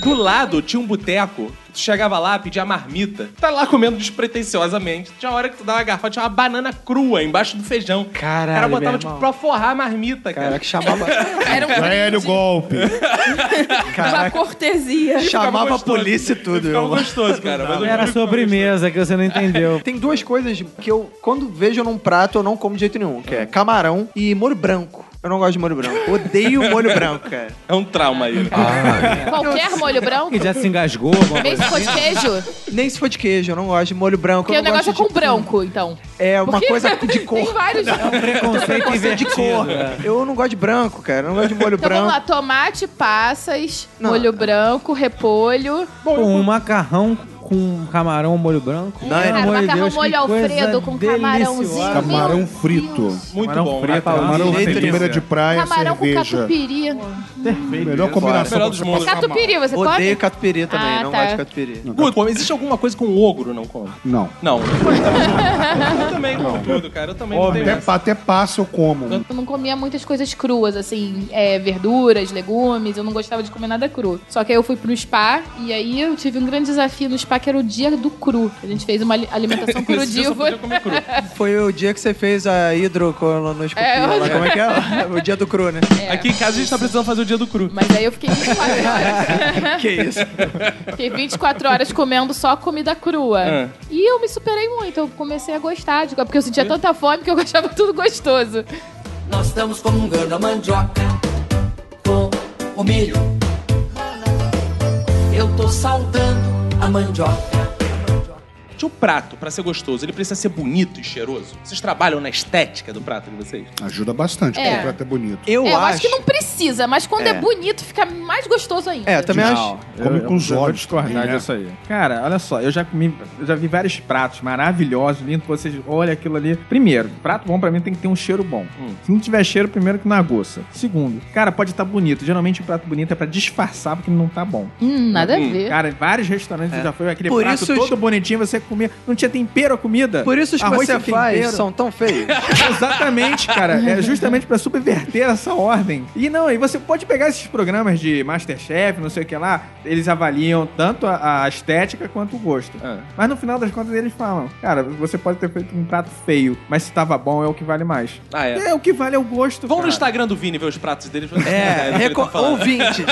É. do lado tinha um boteco. Tu chegava lá, pedia marmita. Tá lá comendo despretensiosamente. Tinha hora que tu dava uma garfada, tinha uma banana crua embaixo do feijão. Caralho, O cara botava meu tipo irmão. pra forrar a marmita, cara. Cara, que chamava, Era um Velho golpe. caraca, cortesia. chamava a gostoso. polícia e tudo. Ficava irmão. gostoso, cara. mas eu juro Era que ficava sobremesa que você não entendeu. Tem duas coisas que eu, quando vejo num prato, eu não como de jeito nenhum, que é camarão e molho branco. Eu não gosto de molho branco. Odeio molho branco, cara. gostoso. É um trauma aí. né? Ah, Qualquer molho branco. Que já se engasgou alguma Mesmo coisa. se for de queijo, Nem se for de queijo, eu não gosto de molho branco. porque eu o não negócio é gosto com de... tipo, branco, então. É uma Porque coisa de cor. Tem vários. Preconceito Preconceito de cor. invertido. é. Eu não gosto de branco, cara. Eu não gosto de molho Então vamos branco. lá, tomate, passas, Não. molho branco, repolho. Um macarrão com camarão molho branco. Não, Pelo é- cara, amor de macarrão Deus, que molho coisa alfredo com deliciosa. camarãozinho. Camarão Meu frito. Deus. Muito Camarão bom. preto, rapaz. Camarão delícia. frito, é primeira de praia, Camarão com cerveja. catupiry. Melhor combinação. Melhor pra dos você mundos. passar mal. Catupiry, você Odeio come? catupiry também. Ah, não tá. gosto de catupiry. Guto, existe alguma coisa que um ogro não come? Não. Não. eu também como tudo, cara. Eu também não tenho Até, essa. pa- até passa eu como. Eu não comia muitas coisas cruas, assim, é, verduras, legumes, eu não gostava de comer nada cru. Só que aí eu fui pro spa e aí eu tive um grande desafio no spa que era o dia do cru. A gente fez uma ali- alimentação Nesse dia eu só podia comer crudívora. cru. Foi o dia que você fez a hidrocolonoscopia. É, eu- lá. Como é que é? O dia do cru, né? Aqui em casa a gente tá precisando fazer o dia do cru. Mas aí eu fiquei 24 horas. Que isso? fiquei 24 horas comendo só comida crua. Ah. É. E eu me superei muito, eu comecei a gostar, de... porque eu sentia tanta fome que eu achava tudo gostoso. Nós estamos comungando a mandioca com o milho. Eu tô saudando a mandioca. Tinha um prato, pra ser gostoso, ele precisa ser bonito e cheiroso. Vocês trabalham na estética do prato de vocês? Ajuda bastante, É. porque o prato é bonito. Eu, É, eu acho... acho que não precisa, mas quando é, É. bonito fica mais gostoso ainda. É, eu também acho. Come com os eu vou olhos discordar também, né? disso aí. Cara, olha só, eu já comi, eu já vi vários pratos maravilhosos, lindos, que vocês olha aquilo ali. Primeiro, prato bom pra mim tem que ter um cheiro bom. Hum. Se não tiver cheiro, primeiro que não aguça. Segundo, cara, pode estar bonito. Geralmente o prato bonito é pra disfarçar porque não tá bom. Hum, nada a ver. Cara, vários restaurantes É. eu já foi aquele Por prato isso os- todo bonitinho, você comia, não tinha tempero a comida. Por isso os que Arroz você sem faz tempero. são tão feios. Exatamente, cara. É justamente pra subverter essa ordem. E não, e você pode pegar esses programas de Masterchef, não sei o que lá, eles avaliam tanto a, a estética quanto o gosto. Mas no final das contas eles falam, cara, você pode ter feito um prato feio, mas se tava bom é o que vale mais. Ah, é. É, o que vale é o gosto, Vão no cara. Instagram do Vini ver os pratos dele. É, reco... reco... ouvintes,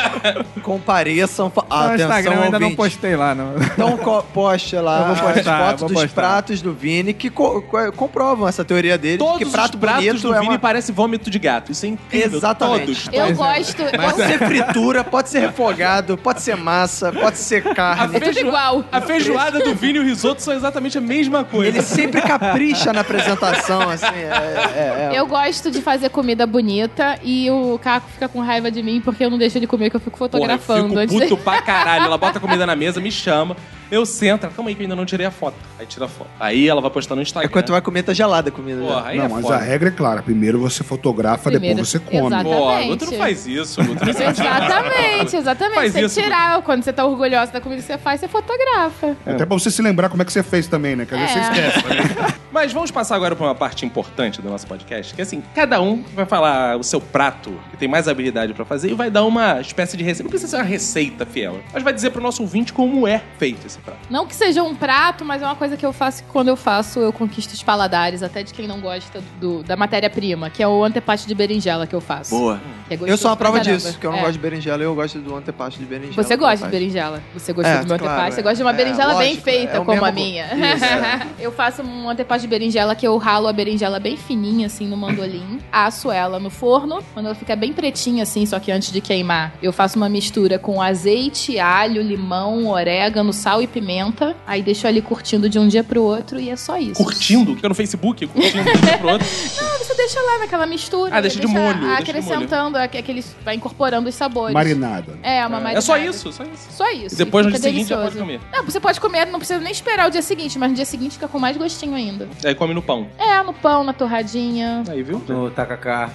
compareçam. fa- Tá No Instagram eu Atenção, ainda não ouvintes. postei lá, não. Então co- poste lá Eu vou postar, as eu vou fotos dos postar. pratos do Vini que co- co- comprovam essa teoria dele de Todos que prato os pratos bonito do é Vini uma... parece vômito de gato. Isso é incrível. Exatamente. Todos. Eu gosto. Pode eu- ser fritura, pode ser refogado, pode ser massa, pode ser A, carne. tudo feijo- igual. a feijoada do Vini e o risoto são exatamente a mesma coisa. Ele sempre capricha na apresentação, assim. É, é, é. Eu gosto de fazer comida bonita e o Caco fica com raiva de mim porque eu não deixo ele comer, que eu fico fotografando Porra, eu antes fico puto dele. pra caralho. Ela bota a comida na mesa, me chama. Eu sento. ela, Calma aí que eu ainda não tirei a foto. Aí tira a foto. Aí ela vai postar no Instagram. É quando tu vai comer, tá gelada a comida. né? Porra, aí é Não, mas foda. a regra é clara. Primeiro você fotografa, Primeiro. depois você come. Exato. Porra, o Exatamente. Guto não faz isso. Guto não faz isso. Exatamente, exatamente. Faz você isso, tirar, quando você tá orgulhosa da comida que você faz, você fotografa. Até pra você se lembrar como é que você fez também, né? Que às vezes É. você esquece. né? Mas vamos passar agora pra uma parte importante do nosso podcast, que assim, cada um vai falar o seu prato que tem mais habilidade pra fazer e vai dar uma espécie de receita. Não precisa ser uma receita fiel, mas vai dizer pro nosso ouvinte como é feito esse prato. Não que seja um prato, mas é uma coisa que eu faço que quando eu faço, eu conquisto os paladares, até de quem não gosta do- da matéria-prima, que é o antepasto de berinjela que eu faço. Boa. Que é Eu sou uma uma prova disso, É. que eu não gosto de berinjela, eu gosto do antepasto de berinjela. Você que eu gosta de faço. berinjela. Você gostou É, do meu claro, antepasto. Você é. gosta de uma É, berinjela bem lógico, feita, é o como a mesmo- minha. Isso, Eu faço um antepasto de berinjela que eu ralo a berinjela bem fininha, assim, no mandolim. Asso ela no forno. Quando ela fica bem pretinha, assim, só que antes de queimar, eu faço uma mistura com azeite, alho, limão, orégano, sal e e pimenta. Aí deixo ali curtindo de um dia pro outro e é só isso. Curtindo, fica no Facebook, curtindo de um dia pro outro. Não, você deixa lá naquela mistura. Ah, deixa de molho, deixa de Acrescentando aqu- aqueles. Vai incorporando os sabores. Marinada. né? É, uma marinada. É só isso, só isso. Só isso. E depois E no fica dia seguinte já pode delicioso. comer. Não, Ah, você pode comer, não precisa nem esperar o dia seguinte, mas no dia seguinte fica com mais gostinho ainda. Aí come no pão. É, no pão, na torradinha. Aí, viu? No tacacá.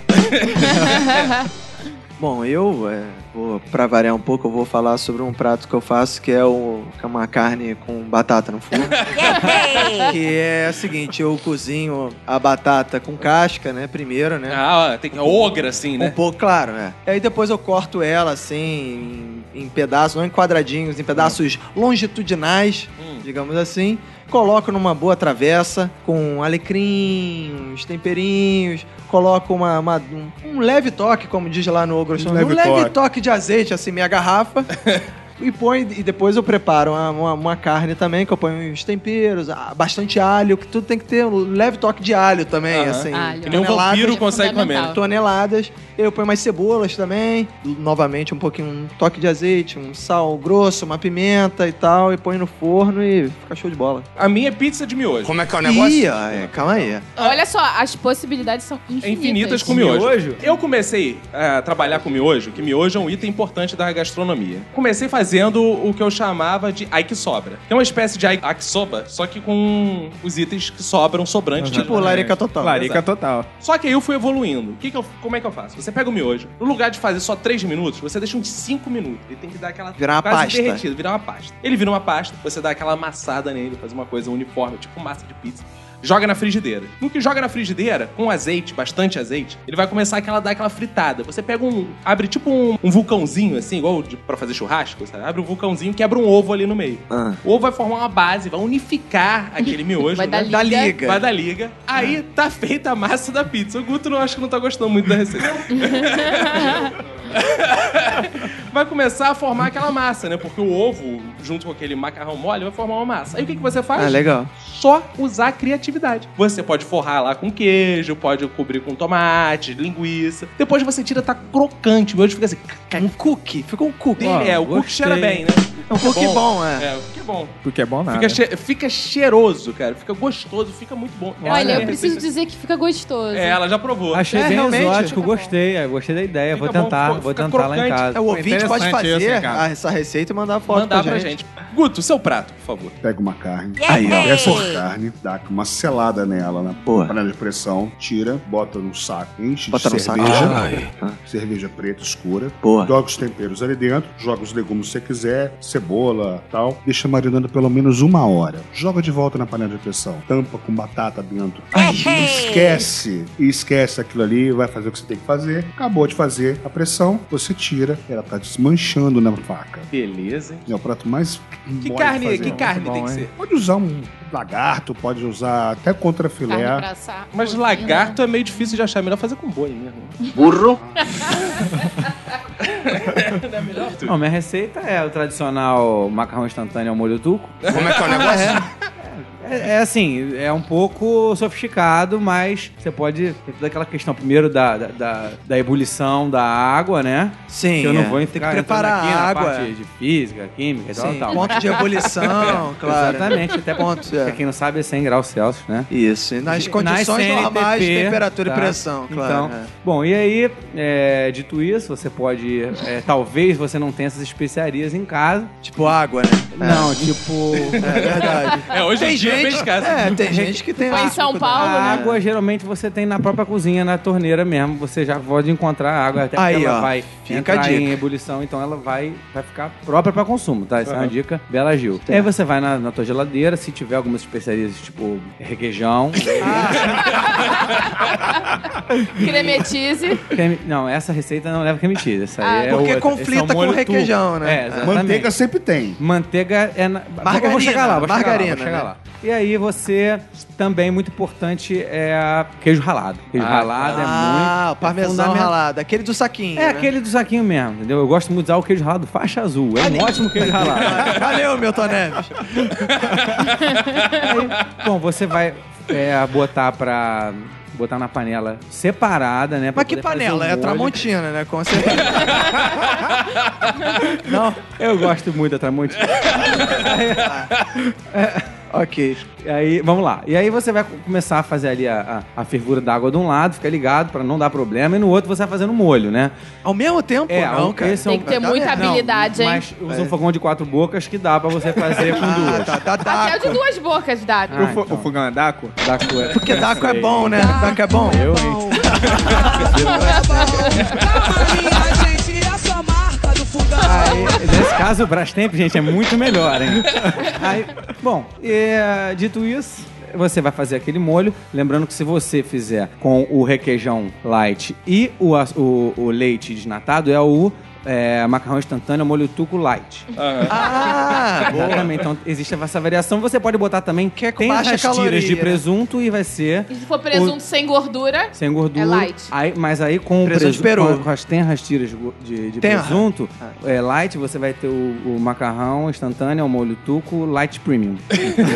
Bom, eu, é, vou, pra variar um pouco, eu vou falar sobre um prato que eu faço que é, o, que é uma carne com batata no forno. que é o seguinte, eu cozinho a batata com casca, né, primeiro, né? Ah, ó, tem ogra assim, Um né? pouco, claro, é. E aí depois eu corto ela, assim, em, em pedaços, não em quadradinhos, em pedaços longitudinais, Hum. digamos assim. Coloco numa boa travessa, com alecrim, uns temperinhos, coloco uma, uma- um, um leve toque, como diz lá no Ogro, um leve leve toque. toque. de azeite, assim, minha garrafa. E põe, e depois eu preparo uma, uma- uma carne também, que eu ponho uns temperos, ah, bastante alho, que tudo tem que ter um leve toque de alho também, Aham. assim. Alho. Que nem um toneladas vampiro de consegue comer, né? fundamental. toneladas. Eu ponho mais cebolas também, novamente um pouquinho, um toque de azeite, um sal grosso, uma pimenta e tal, e ponho no forno e fica show de bola. A minha é pizza de miojo. Como é um que é o Ih, ai, calma aí. Olha só, as possibilidades são infinitas. É infinitas com miojo. Miojo? Eu comecei a trabalhar com miojo, que miojo é um item importante da gastronomia. Comecei fazendo o que eu chamava de aikisoba. É uma espécie de aikisoba, só que com os itens que sobram, sobrantes. Tipo é. larica total. Larica total. Só que aí eu fui evoluindo. O que que eu- como é que eu faço? Você pega o miojo. No lugar de fazer só 3 minutos, você deixa uns 5 minutos. Ele tem que dar aquela... Virar uma quase pasta. derretido, virar uma pasta. Ele vira uma pasta, você dá aquela amassada nele, faz uma coisa uniforme, tipo massa de pizza. Joga na frigideira. No que joga na frigideira, com azeite, bastante azeite, ele vai começar aquela dar aquela fritada. Você pega um. abre tipo um, um vulcãozinho, assim, igual de, pra fazer churrasco, sabe? Abre um vulcãozinho, quebra um ovo ali no meio. Ah. O ovo vai formar uma base, vai unificar aquele miojo. Vai né? dar Da liga. liga. Vai dar liga. Aí Ah. tá feita a massa da pizza. O Guto não acho que não tá gostando muito da receita. vai começar a formar aquela massa, né? Porque o ovo, junto com aquele macarrão mole, vai formar uma massa. Aí o que, que você faz? Ah, legal. Só usar a criatividade. Você pode forrar lá com queijo, pode cobrir com tomate, linguiça. Depois você tira, tá crocante. O meu fica assim. Um cookie, ficou um cookie. Ó, é, o cookie gostei. cheira bem, né? É um cookie bom, é. É, o cookie é bom. O que é bom nada. Fica, che- fica cheiroso, cara. Fica gostoso, fica muito bom. Olha, eu é- preciso dizer que fica gostoso. É, ela já provou. Achei É, bem realmente, fica exótico, gostei. é, Gostei da ideia. Fica vou bom, tentar, fica- vou fica tentar lá em crocante. casa. É, o ouvinte pode interessante isso, fazer hein, cara? a- essa receita e mandar foto Mandar pra gente. Guto, seu prato, por favor. Pega uma carne. Aí, ó. Essa carne, dá uma selada nela, na Boa. panela de pressão, tira, bota no saco, enche Bota no de saco. cerveja. Ah. Cerveja preta escura. Boa. Joga os temperos ali dentro, joga os legumes se você quiser, cebola tal. Deixa marinando pelo menos uma hora. Joga de volta na panela de pressão. Tampa com batata dentro. Esquece! E esquece aquilo ali, vai fazer o que você tem que fazer. Acabou de fazer a pressão, você tira, ela tá desmanchando na faca. Beleza, hein? É o prato mais. mole Que de carne, fazer. que carne bom, tem que hein? ser? Pode usar um lagarto, pode usar até Carne pra contrafilé. assar, é. Mas bovina. lagarto é meio difícil de achar. Melhor fazer com boi mesmo. Burro. Não, minha receita é o tradicional macarrão instantâneo ao molho turco. Como é que é o negócio? É, é assim, é um pouco sofisticado, mas você pode. Tem toda aquela questão primeiro da, da, da, da ebulição da água, né? Sim. Que eu não é. vou Tem que ficar entrando preparar aqui a na água. parte de física, química e tal, Sim, tal. ponto de ebulição, claro. né? Exatamente, até Ponto, ponto. é. Pra quem não sabe, é 100 graus Celsius, né? Isso, e nas condições CNTP, normais de temperatura tá? e pressão, claro. Então, é. Bom, e aí, é, dito isso, você pode. é, talvez você não tenha essas especiarias em casa. Tipo água, né? Não, tipo. É, é verdade. Ah. É, hoje em Tem dia é bem gente, escasso. é, tem gente que tem Mas em essa São A Paulo, dificuldade. né? água geralmente você tem na própria cozinha, na torneira mesmo. Você já pode encontrar a água até que Aí, ela ó, vai fica entrar a dica. em ebulição, então ela vai, vai ficar própria para consumo, tá? Essa é uma dica bela Gil. Aí você vai na, na tua geladeira, se tiver algumas especiarias, tipo requeijão. Cremetize. creme- não, essa receita não leva creme cheese. Essa aí Ah, é porque outra. Esse é um conflita com molho o requeijão, turco. né? É, exatamente. Manteiga sempre tem. Manteiga é. Na... Margarina, vou chegar lá, vou chegar margarina, lá. Vou chegar né? lá. E aí você também muito importante é queijo ralado. Queijo Ah, ralado é muito Ah, o parmesão fundamental. ralado, aquele do saquinho. É né? aquele do saquinho mesmo, entendeu? Eu gosto muito de usar o queijo ralado faixa azul. Ah, É um ótimo queijo ralado. Valeu, Milton Neves. Aí, bom, você vai é, botar pra. botar na panela separada, né? pra Mas que poder fazer panela? o É a molho. Tramontina, né? Com certeza. Não, eu gosto muito da Tramontina. ok. E Aí, vamos lá. E aí você vai começar a fazer ali a, a, a fervura d'água de um lado, fica ligado pra não dar problema, e no outro você vai fazendo molho, né? Ao mesmo tempo, não, um- cara. esse Tem que ter tá muita vendo? habilidade, hein? Mas usa um fogão de quatro bocas que dá pra você fazer com duas. Ah, tá, dá Até o é de Daco. duas bocas, Daco. Ah, o, fo- então. o fogão é daco? Dá com- Porque Daco é bom, né? Daco é bom. Eu, hein? Aí, nesse caso, o Brastemp, gente, é muito melhor, hein? Aí, bom, e, dito isso, você vai fazer aquele molho. Lembrando que se você fizer com o requeijão light e o, aç- o, o leite desnatado, é o é, macarrão instantâneo molho tuco light. Ah, Exatamente. Então, existe essa variação. Você pode botar também que é com tem baixa as tiras caloria, de né? presunto e vai Ah. ser E se for presunto sem gordura, sem gordura. É light. Aí- mas aí com o Presunto presunto, peru. com, com as tenras tiras de, go- de, de Tenra. presunto, Ah. é, light, você vai ter o, o macarrão instantâneo, é o molho tuco, light premium.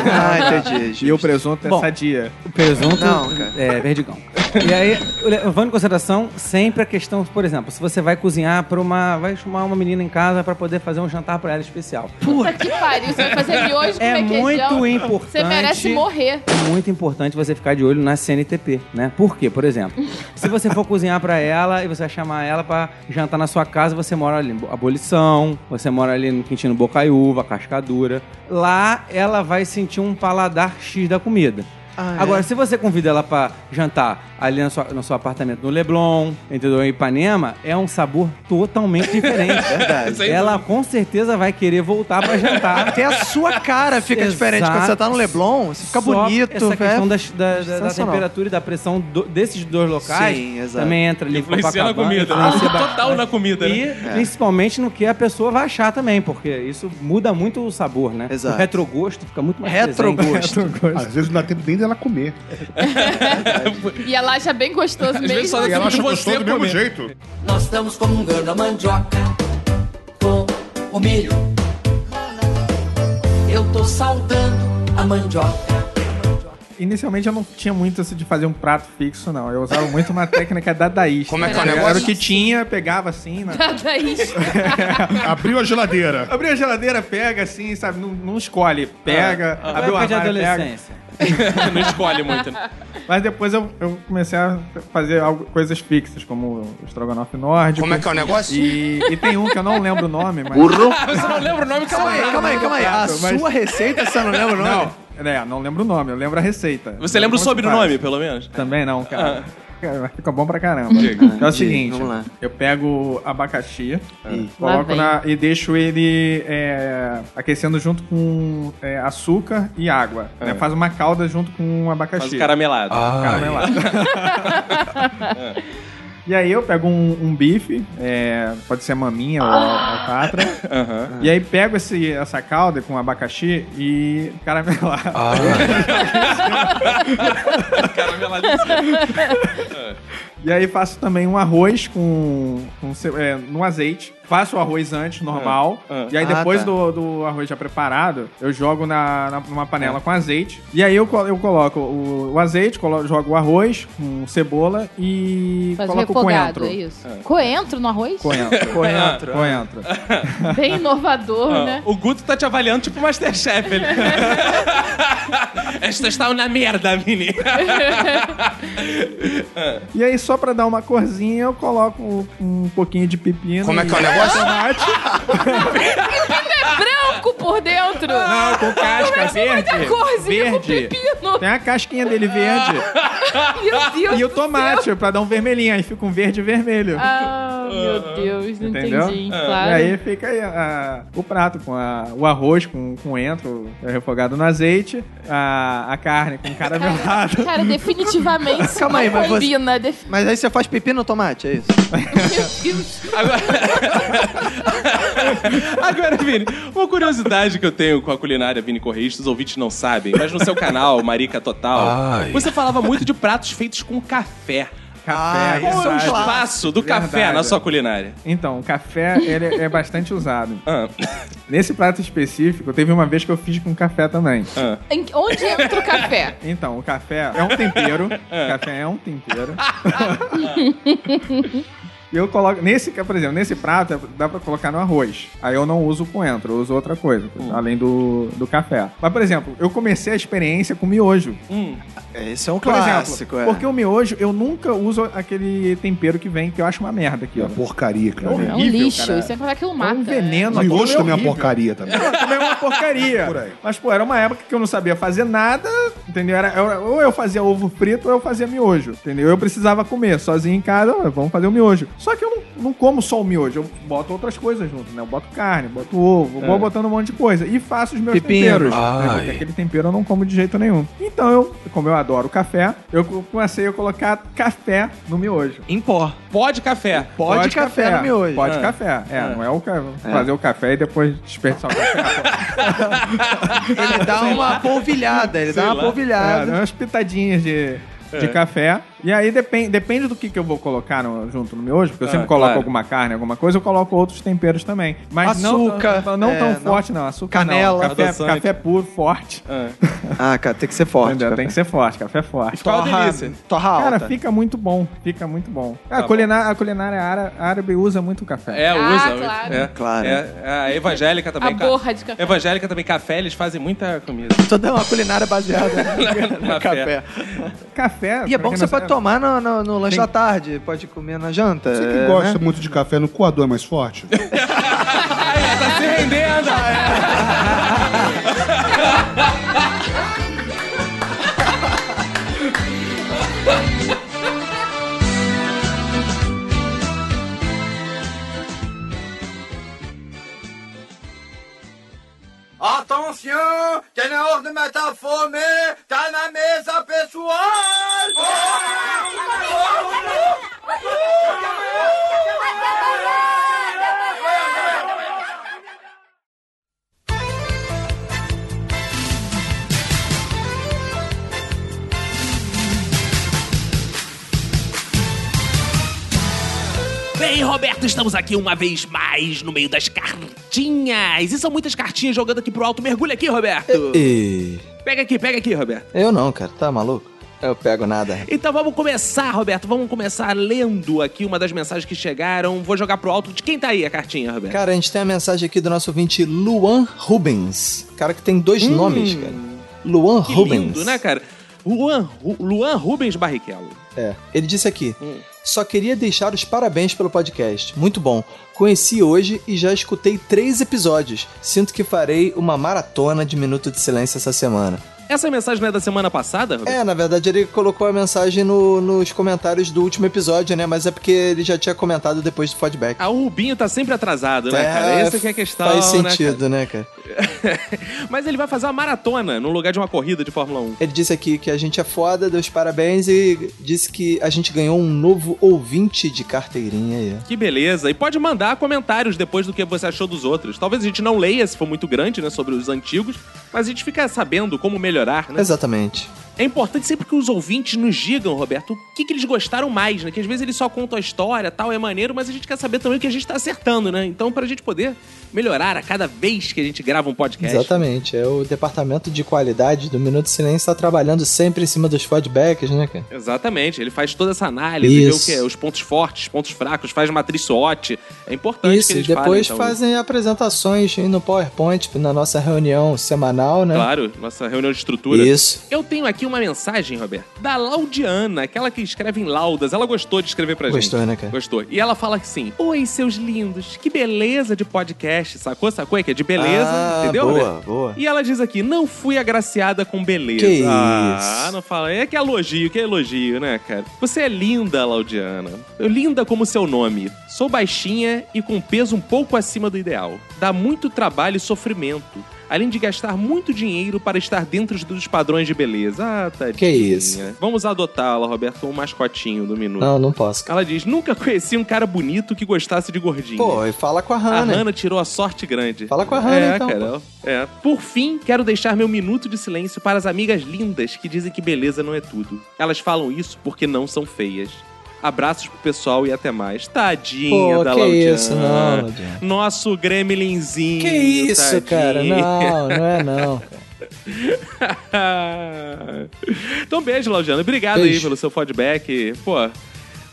ah entendi. E o presunto é Bom. sadia. O presunto Então Não, cara. é verdigão. E aí, levando em consideração sempre a questão, por exemplo, se você vai cozinhar para uma, vai chamar uma menina em casa para poder fazer um jantar para ela especial. puta que pariu. Você vai fazer miojo com É requeijão. muito importante. Você merece morrer. É muito importante você ficar de olho na CNTP, né? Por quê? Por exemplo, se você for cozinhar pra ela e você vai chamar ela pra jantar na sua casa, você mora ali em Bo- Abolição, você mora ali no Quintino Bocaiúva, Cascadura. Lá ela vai sentir um paladar X da comida. Ah, é? Agora, se você convida ela pra jantar ali na sua- no seu, apartamento no Leblon, entendeu? Em Ipanema, é um sabor totalmente diferente. Sem Ela com certeza vai querer voltar pra jantar. Até a sua cara fica diferente. Quando você tá no Leblon, você fica Só bonito. é Essa questão velho. das- da, da- da Sensacional. temperatura e da pressão do- desses dois locais Sim, exato. também entra ali. Influencia na Copacabana, comida. né? influencia bastante. Total na comida, E né? principalmente no que a pessoa vai achar também, porque isso muda muito o sabor, né? Exato. O retrogosto fica muito mais presente. Retrogosto. Às vezes não dá tempo nem dela comer. E ela acha bem gostoso Às vezes mesmo. assim. só dá E ela tempo de acha assim, você gostoso do mesmo comer. jeito. Nós estamos comungando a mandioca com o milho. Eu tô saudando a mandioca. Inicialmente eu não tinha muito isso de fazer um prato fixo, não. Eu usava muito uma técnica dadaísta. Como é que é o Era negócio? o que tinha, pegava assim, né? Nada isso. Abriu a geladeira. Abriu a geladeira, pega assim, sabe? Não, não escolhe. Pega, Na abriu a é época de armário, pega. adolescência. Não escolhe muito. né? Mas depois eu, eu comecei a fazer algo- coisas fixas, como o estrogonofe nórdico. Como é que é o negócio? E, e tem um que eu não lembro o nome, mas... Ah, você não lembra o nome? Calma aí, calma aí, calma aí. A Mas- sua receita, você não lembra o nome? Não, é, não lembro o nome, eu lembro a receita. Você Não lembra o como se sobrenome, Ah. faz. pelo menos? Também não, cara. Cara, mas Fica bom pra caramba. é o seguinte, vamos lá. eu pego abacaxi, é, Lá coloco vem. na, e deixo ele é, aquecendo junto com é, açúcar e água. né? Faz uma calda junto com o abacaxi. É. Faz o caramelado. Caramelado. E aí eu pego um, um bife, é, pode ser maminha ou alcatra, Aham. e aí pego esse, essa calda com abacaxi e caramelado. Carameladíssimo. E aí faço também um arroz com, com ce- é, no azeite. Faço o arroz antes, normal. ah. E aí Ah, depois tá. do, do arroz já preparado, eu jogo na, na- numa panela com azeite. E aí eu, co- eu coloco o, o azeite, colo- jogo o arroz com cebola e Faz coloco o refogado, coentro. é isso. Coentro no arroz? Coentro. Coentro. coentro. Bem inovador, É. né? Ah. O Guto tá te avaliando tipo Masterchef. Ele... Esta está na é merda, menina. E aí só pra dar uma corzinha, eu coloco um pouquinho de pepino. Como é que é o negócio? Tomate. Branco por dentro. Não, com Como casca é que você vai verde. dar coisa com Verde. pepino? Tem a casquinha dele verde. Meu Deus E o do tomate, céu. pra dar um vermelhinho. Aí fica um verde e vermelho. Ah, meu Deus, não Entendeu? É. entendi, E claro. aí fica aí a- o prato com a- o arroz com, com entro refogado no azeite, a, a carne com caramelado. Cara, definitivamente Calma não aí, mas você- combina. Def... Mas aí você faz pepino no tomate, é isso? Meu Deus. Agora... Agora, Vini, uma curiosidade que eu tenho com a culinária Vini Correios, os ouvintes não sabem, mas no seu canal, Marica Total, Ai. você falava muito de pratos feitos com café. Café. isso Qual é o sabe? espaço do café Verdade. na sua culinária? Então, o café ele é bastante usado. Ah, Nesse prato específico, teve uma vez que eu fiz com café também. ah. Em- Onde entra o café? Então, o café é um tempero. O café é um tempero. E eu coloco. Nesse, por exemplo, nesse prato é, dá pra colocar no arroz. Aí eu não uso o coentro, eu uso outra coisa, além do, do café. Mas, por exemplo, eu comecei a experiência com miojo. Esse é um Por clássico, exemplo, é. porque o miojo eu nunca uso aquele tempero que vem, que eu acho uma merda É aqui, ó. Porcaria, cara. É um Horrível, lixo, cara. isso é que aquilo É mata. um veneno O aquilo miojo é também é uma horrível. porcaria também. Não, também é uma porcaria. Por aí. Mas, pô, era uma época que eu não sabia fazer nada, entendeu? Era, era- ou eu fazia ovo frito ou eu fazia miojo, entendeu? Eu precisava comer sozinho em casa, ó, vamos fazer o miojo. Só que eu não, não como só o miojo, eu boto outras coisas junto, né? Eu boto carne, boto ovo, vou botando um monte de coisa. E faço os meus Pepino. temperos. Ai. né? Porque aquele tempero eu não como de jeito nenhum. Então, eu, como eu adoro café, eu comecei a colocar café no miojo. Em pó. Pó de café. Pó de café no miojo. Pode Ah. café. É, não é o ca... fazer o café e depois desperdiçar o café. Ele dá uma polvilhada, ele dá uma É, polvilhada. umas pitadinhas de, É. de café. E aí depende, depende do que, que eu vou colocar no- junto no miojo, porque eu Ah, sempre coloco claro. alguma carne, alguma coisa, eu coloco outros temperos também. Mas não- Açúcar, Não, não é, tão não. forte, não. Açúcar Canela. não. Café, Adoçante. café puro, forte. Ah. Ah, cara, tem que ser forte. Entendeu? cara. Tem que ser forte, café forte. Qual a Torra- delícia? Torra alta. Cara, fica muito bom. Fica muito bom. Tá A, bom. culinária, a culinária ára- árabe usa muito café. É, Ah, usa. claro. É, Claro. É, a evangélica A também. ca- borra de café. Evangélica também, café, eles fazem muita comida. Toda uma culinária baseada no Café. café. Café. E é pra bom que quem não você sabe- pode tomar no, no- no lanche Sim. da tarde, pode comer na janta. Você que é, gosta né? muito de café no coador é mais forte? Ela tá se rendendo! Attention, que na hora de matar a fome, tá na mesa, pessoal! Bem, Roberto, estamos aqui uma vez mais no meio das cartinhas. E são muitas cartinhas jogando aqui pro alto. Mergulha aqui, Roberto. Pega aqui, pega aqui, Roberto. Eu não, cara, tá maluco? Eu pego nada. Então vamos começar, Roberto. Vamos começar lendo aqui uma das mensagens que chegaram. Vou jogar pro alto. De quem tá aí a cartinha, Roberto? Cara, a gente tem a mensagem aqui do nosso ouvinte Luan Rubens. Cara que tem dois Hum. nomes, cara. Luan que Rubens. lindo, né, cara? Luan, Ru- Luan Rubens Barrichello. É. Ele disse aqui: Hum. Só queria deixar os parabéns pelo podcast. Muito bom. Conheci hoje e já escutei três episódios. Sinto que farei uma maratona de minuto de silêncio essa semana. Essa mensagem não é da semana passada, Roberto? É, na verdade ele colocou a mensagem no- nos comentários do último episódio, né? Mas é porque ele já tinha comentado depois do feedback. Ah, o Rubinho tá sempre atrasado, né, cara? Essa que é a questão, Faz né, sentido, né, cara? cara? Mas ele vai fazer uma maratona no lugar de uma corrida de Fórmula 1. Ele disse aqui que a gente é foda, deu os parabéns e disse que a gente ganhou um novo ouvinte de carteirinha aí. Que beleza. E pode mandar comentários depois do que você achou dos outros. Talvez a gente não leia se for muito grande, né, sobre os antigos, mas a gente fica sabendo como melhorar, né? Exatamente. É importante sempre que os ouvintes nos digam, Roberto, o que, que eles gostaram mais, né? Que às vezes eles só contam a história, tal, é maneiro, mas a gente quer saber também o que a gente tá acertando, né? Então, pra gente poder melhorar a cada vez que a gente grava um podcast. Exatamente. É o departamento de qualidade do Minuto de Silêncio tá trabalhando sempre em cima dos feedbacks, né, cara? Exatamente, ele faz toda essa análise, vê o Isso. que é, os pontos fortes, os pontos fracos, faz matriz SWOT. É importante Isso, que e eles depois falem, então, isso. fazem apresentações no PowerPoint na nossa reunião semanal, né? Claro, nossa reunião de estrutura. Isso. Eu tenho aqui uma mensagem, Roberto, da Laudiana, aquela que escreve em laudas. Ela gostou de escrever pra gente. Gostou, né, cara? Gostou. E ela fala assim: Oi, seus lindos, que beleza de podcast, sacou? Sacou? É que é de beleza, Ah, entendeu? Boa, Roberto? boa. E ela diz aqui: Não fui agraciada com beleza. Que Ah, isso. não fala. É que é elogio, que é elogio, né, cara? Você é linda, Laudiana. Linda como seu nome. Sou baixinha e com peso um pouco acima do ideal. Dá muito trabalho e sofrimento. Além de gastar muito dinheiro para estar dentro dos padrões de beleza. Ah, tadinha. Que isso. Vamos adotá-la, Roberto, como mascotinho do minuto. Não, não posso, cara. Ela diz: nunca conheci um cara bonito que gostasse de gordinho. Pô, e fala com a a Hannah. Hannah tirou a sorte grande. Fala com a Hannah, é, então. pô. Cara, é. Por fim, quero deixar meu minuto de silêncio para as amigas lindas que dizem que beleza não é tudo. Elas falam isso porque não são feias. Abraços pro pessoal e até mais. Tadinha Pô, da que Laudiana. isso, não, Laudiana. Nosso gremlinzinho. Que isso, cara? tadinho. Não, não é não. então, beijo, Laudiano. Obrigado aí Beijo. pelo seu feedback. Pô,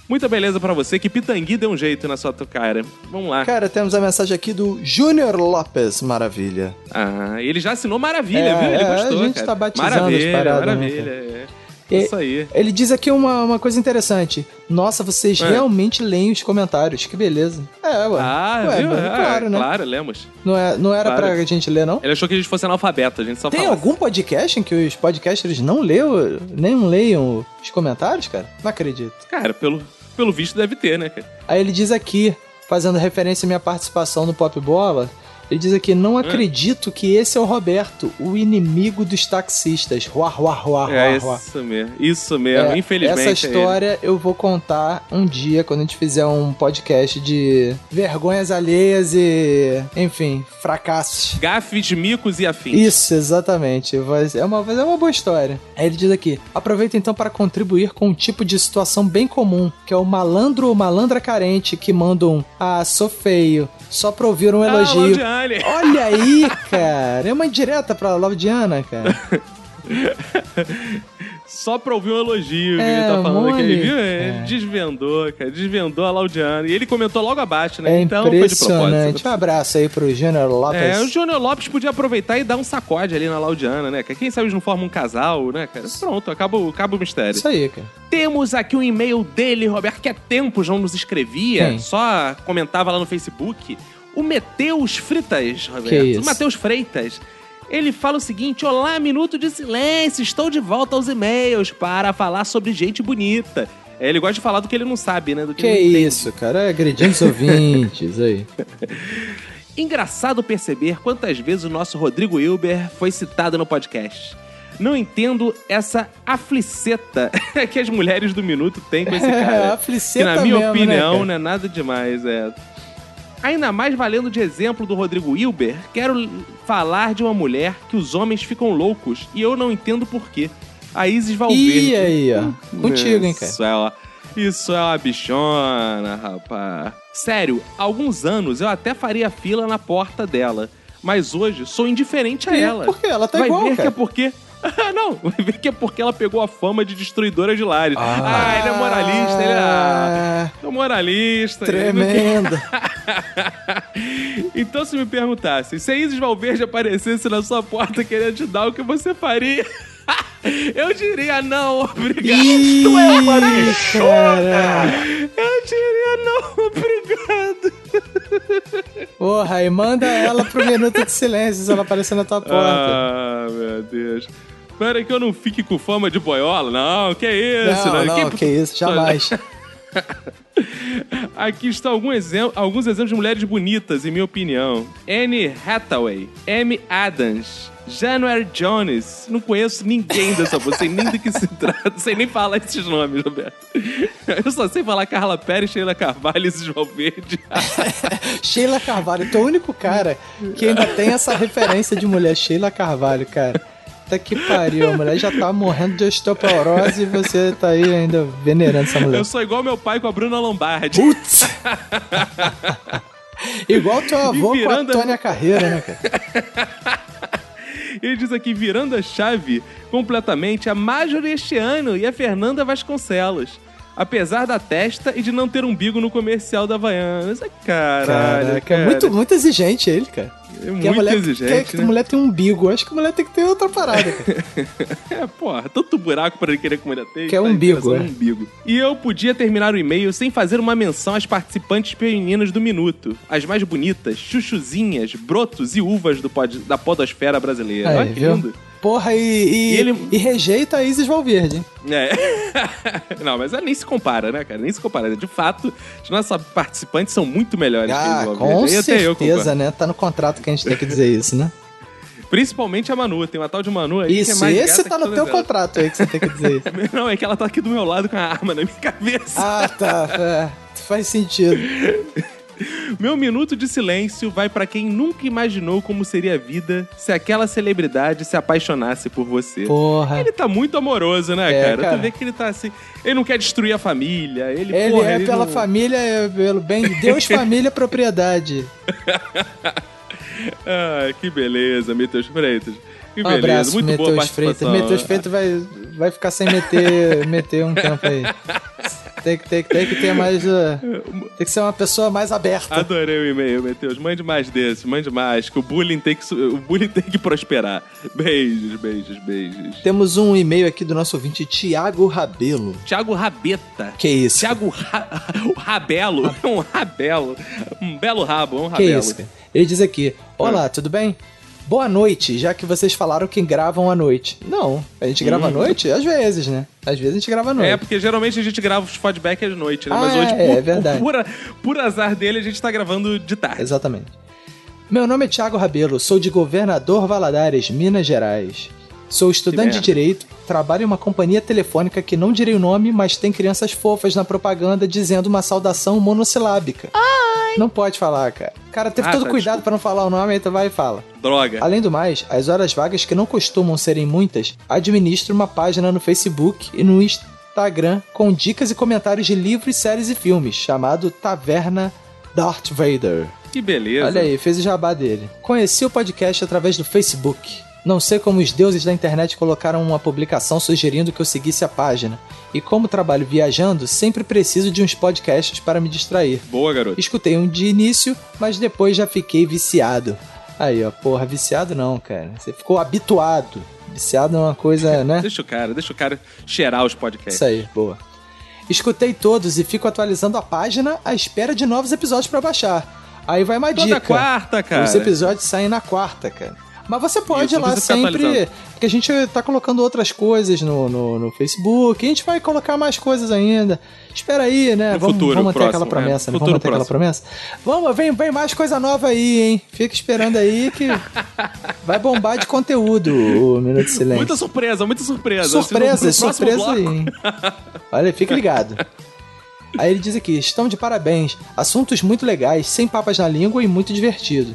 muita beleza pra você. Que pitangui deu um jeito na sua cara. Vamos lá. Cara, temos a mensagem aqui do Júnior Lopes, maravilha. Ah, ele já assinou maravilha, É, viu? Ele é, gostou. a gente cara. tá batizando as Maravilha, paradas, né, maravilha. é. E- Isso aí. Ele diz aqui uma, uma coisa interessante. Nossa, vocês É. realmente leem os comentários, que beleza. É, ué. Ah, Ué, viu? mas Ah, claro, né? Claro, lemos. Não, é, não era Claro. pra gente ler, não? Ele achou que a gente fosse analfabeto, a gente só Tem fala. algum podcast em que os podcasters não leu, nem leiam os comentários, cara? Não acredito. Cara, pelo, pelo visto deve ter, né, cara? Aí ele diz aqui, fazendo referência à minha participação no Pop Bola, ele diz aqui: Hum. não acredito que esse é o Roberto, o inimigo dos taxistas. Ruá, ruá, ruá, ruá, É ruá. isso mesmo, isso mesmo, Ah, É, infelizmente. Essa é história eu vou contar um dia quando a gente fizer um podcast de vergonhas alheias e, enfim, fracassos. ele. Gafes, micos e afins. Isso, exatamente. Vai- É uma, mas é uma boa história. Aí ele diz aqui: aproveita então para contribuir com um tipo de situação bem comum, que é o malandro ou malandra carente que manda um Ah, sou feio, só pra ouvir um Ah, elogio. Laudiane. Olha aí, cara. É uma indireta pra Laudiana, cara. Só pra ouvir um elogio que É, ele tá falando aqui. mole. Viu? Ele É. desvendou, cara. Desvendou a Laudiana. E ele comentou logo abaixo, né? É então foi de impressionante. propósito. Um abraço aí pro Júnior Lopes. É, o Júnior Lopes podia aproveitar e dar um sacode ali na Laudiana, né? cara? Quem sabe eles não formam um casal, né, cara? Pronto, acaba, o- acaba o mistério. Isso aí, cara. Temos aqui um e-mail dele, Roberto, que há tempos não nos escrevia, Quem? só comentava lá no Facebook. O Mateus Fritas, Roberto. Que isso? O Mateus Freitas. Ele fala o seguinte: Olá, minuto de silêncio, estou de volta aos e-mails para falar sobre gente bonita. É, Ele gosta de falar do que ele não sabe, né? Do que, Que ele não entende. isso, cara. é Agredindo os ouvintes aí. Engraçado perceber quantas vezes o nosso Rodrigo Hilber foi citado no podcast. Não entendo essa afliceta que as mulheres do minuto têm com esse É, cara. que afliceta na minha mesmo, né, opinião cara? não é nada demais, é. Ainda mais valendo de exemplo do Rodrigo Hilber, quero l- falar de uma mulher que os homens ficam loucos e eu não entendo porquê. A Isis Valverde. Hum, E aí, ó. Contigo, hein, cara. Isso é, uma, isso é uma bichona, rapaz. Sério, há alguns anos eu até faria fila na porta dela. Mas hoje sou indiferente a ela. Por quê? Ela tá Vai igual, ver que cara. é porque... Não, vai ver que é porque ela pegou a fama de destruidora de lares. Ah, ele é moralista, ele é... Ah, é um moralista. ele não quer- Tremenda. Então se me perguntasse, se a Isis Valverde aparecesse na sua porta querendo te dar o que você faria... Eu diria não, obrigado. Ih, é é, cara. Eu diria não, obrigado. Porra, e manda ela pro Minuto de Silêncio se ela aparecer na tua porta. Ah, meu Deus. Espera que eu não fique com fama de boiola. Não, que isso, não, né? não, que, isso, jamais. Aqui estão algum exem- alguns exemplos de mulheres bonitas, em minha opinião. Anne Hathaway, Amy Adams, January Jones. Não conheço ninguém dessa moça, sei nem do que se trata, não sei nem falar esses nomes, Roberto. Eu só sei falar Carla Pérez, Sheila Carvalho e Isabel Verde. Sheila Carvalho, tu é o único cara que ainda tem essa referência de mulher, Sheila Carvalho, cara. Tá que pariu, a mulher já tá morrendo de osteoporose e você tá aí ainda venerando essa mulher. Eu sou igual meu pai com a Bruna Lombardi. Putz! Igual teu avô com a virando- Tônia Carreira, né, cara? Ele diz aqui, virando a chave completamente, a Marjorie este ano e a Fernanda Vasconcelos. Apesar da testa e de não ter umbigo no comercial da Havaianas. Ah, Caralho, Caraca, é cara. Muito, muito exigente ele, cara. É Que a muito mulher, exigente, que a né? mulher tem um umbigo. Acho que a mulher tem que ter outra parada, cara. É, porra, tanto buraco pra ele querer comer a testa. Que é tá? umbigo, Parece um é. umbigo. E eu podia terminar o e-mail sem fazer uma menção às participantes femininas do Minuto. As mais bonitas, chuchuzinhas, brotos e uvas do pod- da podosfera brasileira. Aí, Olha que viu? lindo. Porra, e, e, E ele- e rejeita a Isis Valverde. hein? É. Não, mas ela nem se compara, né, cara? Nem se compara. De fato, as nossas participantes são muito melhores que Ah, eles, com obviamente. E até eu concordo. certeza, né? Tá no contrato que a gente tem que dizer isso, né? Principalmente a Manu. Tem uma tal de Manu aí que é Isso, mais esse tá gata que no todas teu elas. contrato aí que você tem que dizer isso. Não, é que ela tá aqui do meu lado com a arma na minha cabeça. Ah, tá. é, faz sentido. Meu minuto de silêncio vai pra quem nunca imaginou como seria a vida se aquela celebridade se apaixonasse por você. Porra. Ele tá muito amoroso, né, É, cara? cara. Tu vê que ele tá assim. Ele não quer destruir a família. Ele, Ele porra, é ele pela não- família, é pelo bem de Deus, família, propriedade. Ah, que beleza, Meteus Freitas. Que Um beleza. abraço, muito boa Meteus Freitas. participação. né? Meteus Freitas vai, vai ficar sem meter, meter um tempo aí. Tem que, tem, que- tem que ter mais. uh, tem que ser uma pessoa mais aberta. Adorei o e-mail, Meteus. Mande mais desses, mande mais, que o bullying tem que, su- o bullying tem que prosperar. Beijos, beijos, beijos. Temos um e-mail aqui do nosso ouvinte, Tiago Rabelo. Tiago Rabeta. Que isso? Tiago Ra... o Rabelo. É um rabelo. Um belo rabo, é um Que rabelo. isso, cara? Ele diz aqui: Ah. Olá, tudo bem? Boa noite, já que vocês falaram que gravam à noite. Não, a gente grava à Hum. noite? Às vezes, né? Às vezes a gente grava à noite. É, porque geralmente a gente grava os feedback à noite, né? Ah, Mas hoje, é, por, é verdade. Por, a- por azar dele, a gente tá gravando de tarde. Exatamente. Meu nome é Thiago Rabelo, sou de Governador Valadares, Minas Gerais. Sou estudante de merda. direito, trabalho em uma companhia telefônica que não direi o nome, mas tem crianças fofas na propaganda dizendo uma saudação monossilábica. Ai. Não pode falar, cara. Cara, teve Ah, todo tá, cuidado pra não falar o nome, aí tu vai e fala. Droga. Além do mais, as horas vagas que não costumam serem muitas, administro uma página no Facebook e no Instagram com dicas e comentários de livros, séries e filmes, chamado Taverna Darth Vader. Que beleza. Olha aí, fez o jabá dele. Conheci o podcast através do Facebook. Não sei como os deuses da internet colocaram uma publicação sugerindo que eu seguisse a página. E como trabalho viajando, sempre preciso de uns podcasts para me distrair. Boa, garoto. Escutei um de início, mas depois já fiquei viciado. Aí, ó, porra, viciado não, cara. Você ficou habituado. Viciado é uma coisa, né? Deixa o cara, deixa o cara cheirar os podcasts. Isso aí, boa. Escutei todos e fico atualizando a página à espera de novos episódios pra baixar. Aí vai uma Toda dica. quarta, cara. Os episódios saem na quarta, cara. Mas você pode Isso, ir lá precisa ficar sempre. atualizando. Porque a gente tá colocando outras coisas no, no, no Facebook. A gente vai colocar mais coisas ainda. Espera aí, né? No vamos futuro vamos manter próximo, aquela promessa, é. né? Futuro Vamos manter aquela próximo. promessa. Vamos, vem, vem mais coisa nova aí, hein? Fica esperando aí que vai bombar de conteúdo o Minuto de Silêncio. Muita surpresa, muita surpresa. Assim, no- Surpresa, no próximo surpresa bloco- aí. hein? Olha, fica ligado. Aí ele diz aqui: estão de parabéns. Assuntos muito legais, sem papas na língua e muito divertido.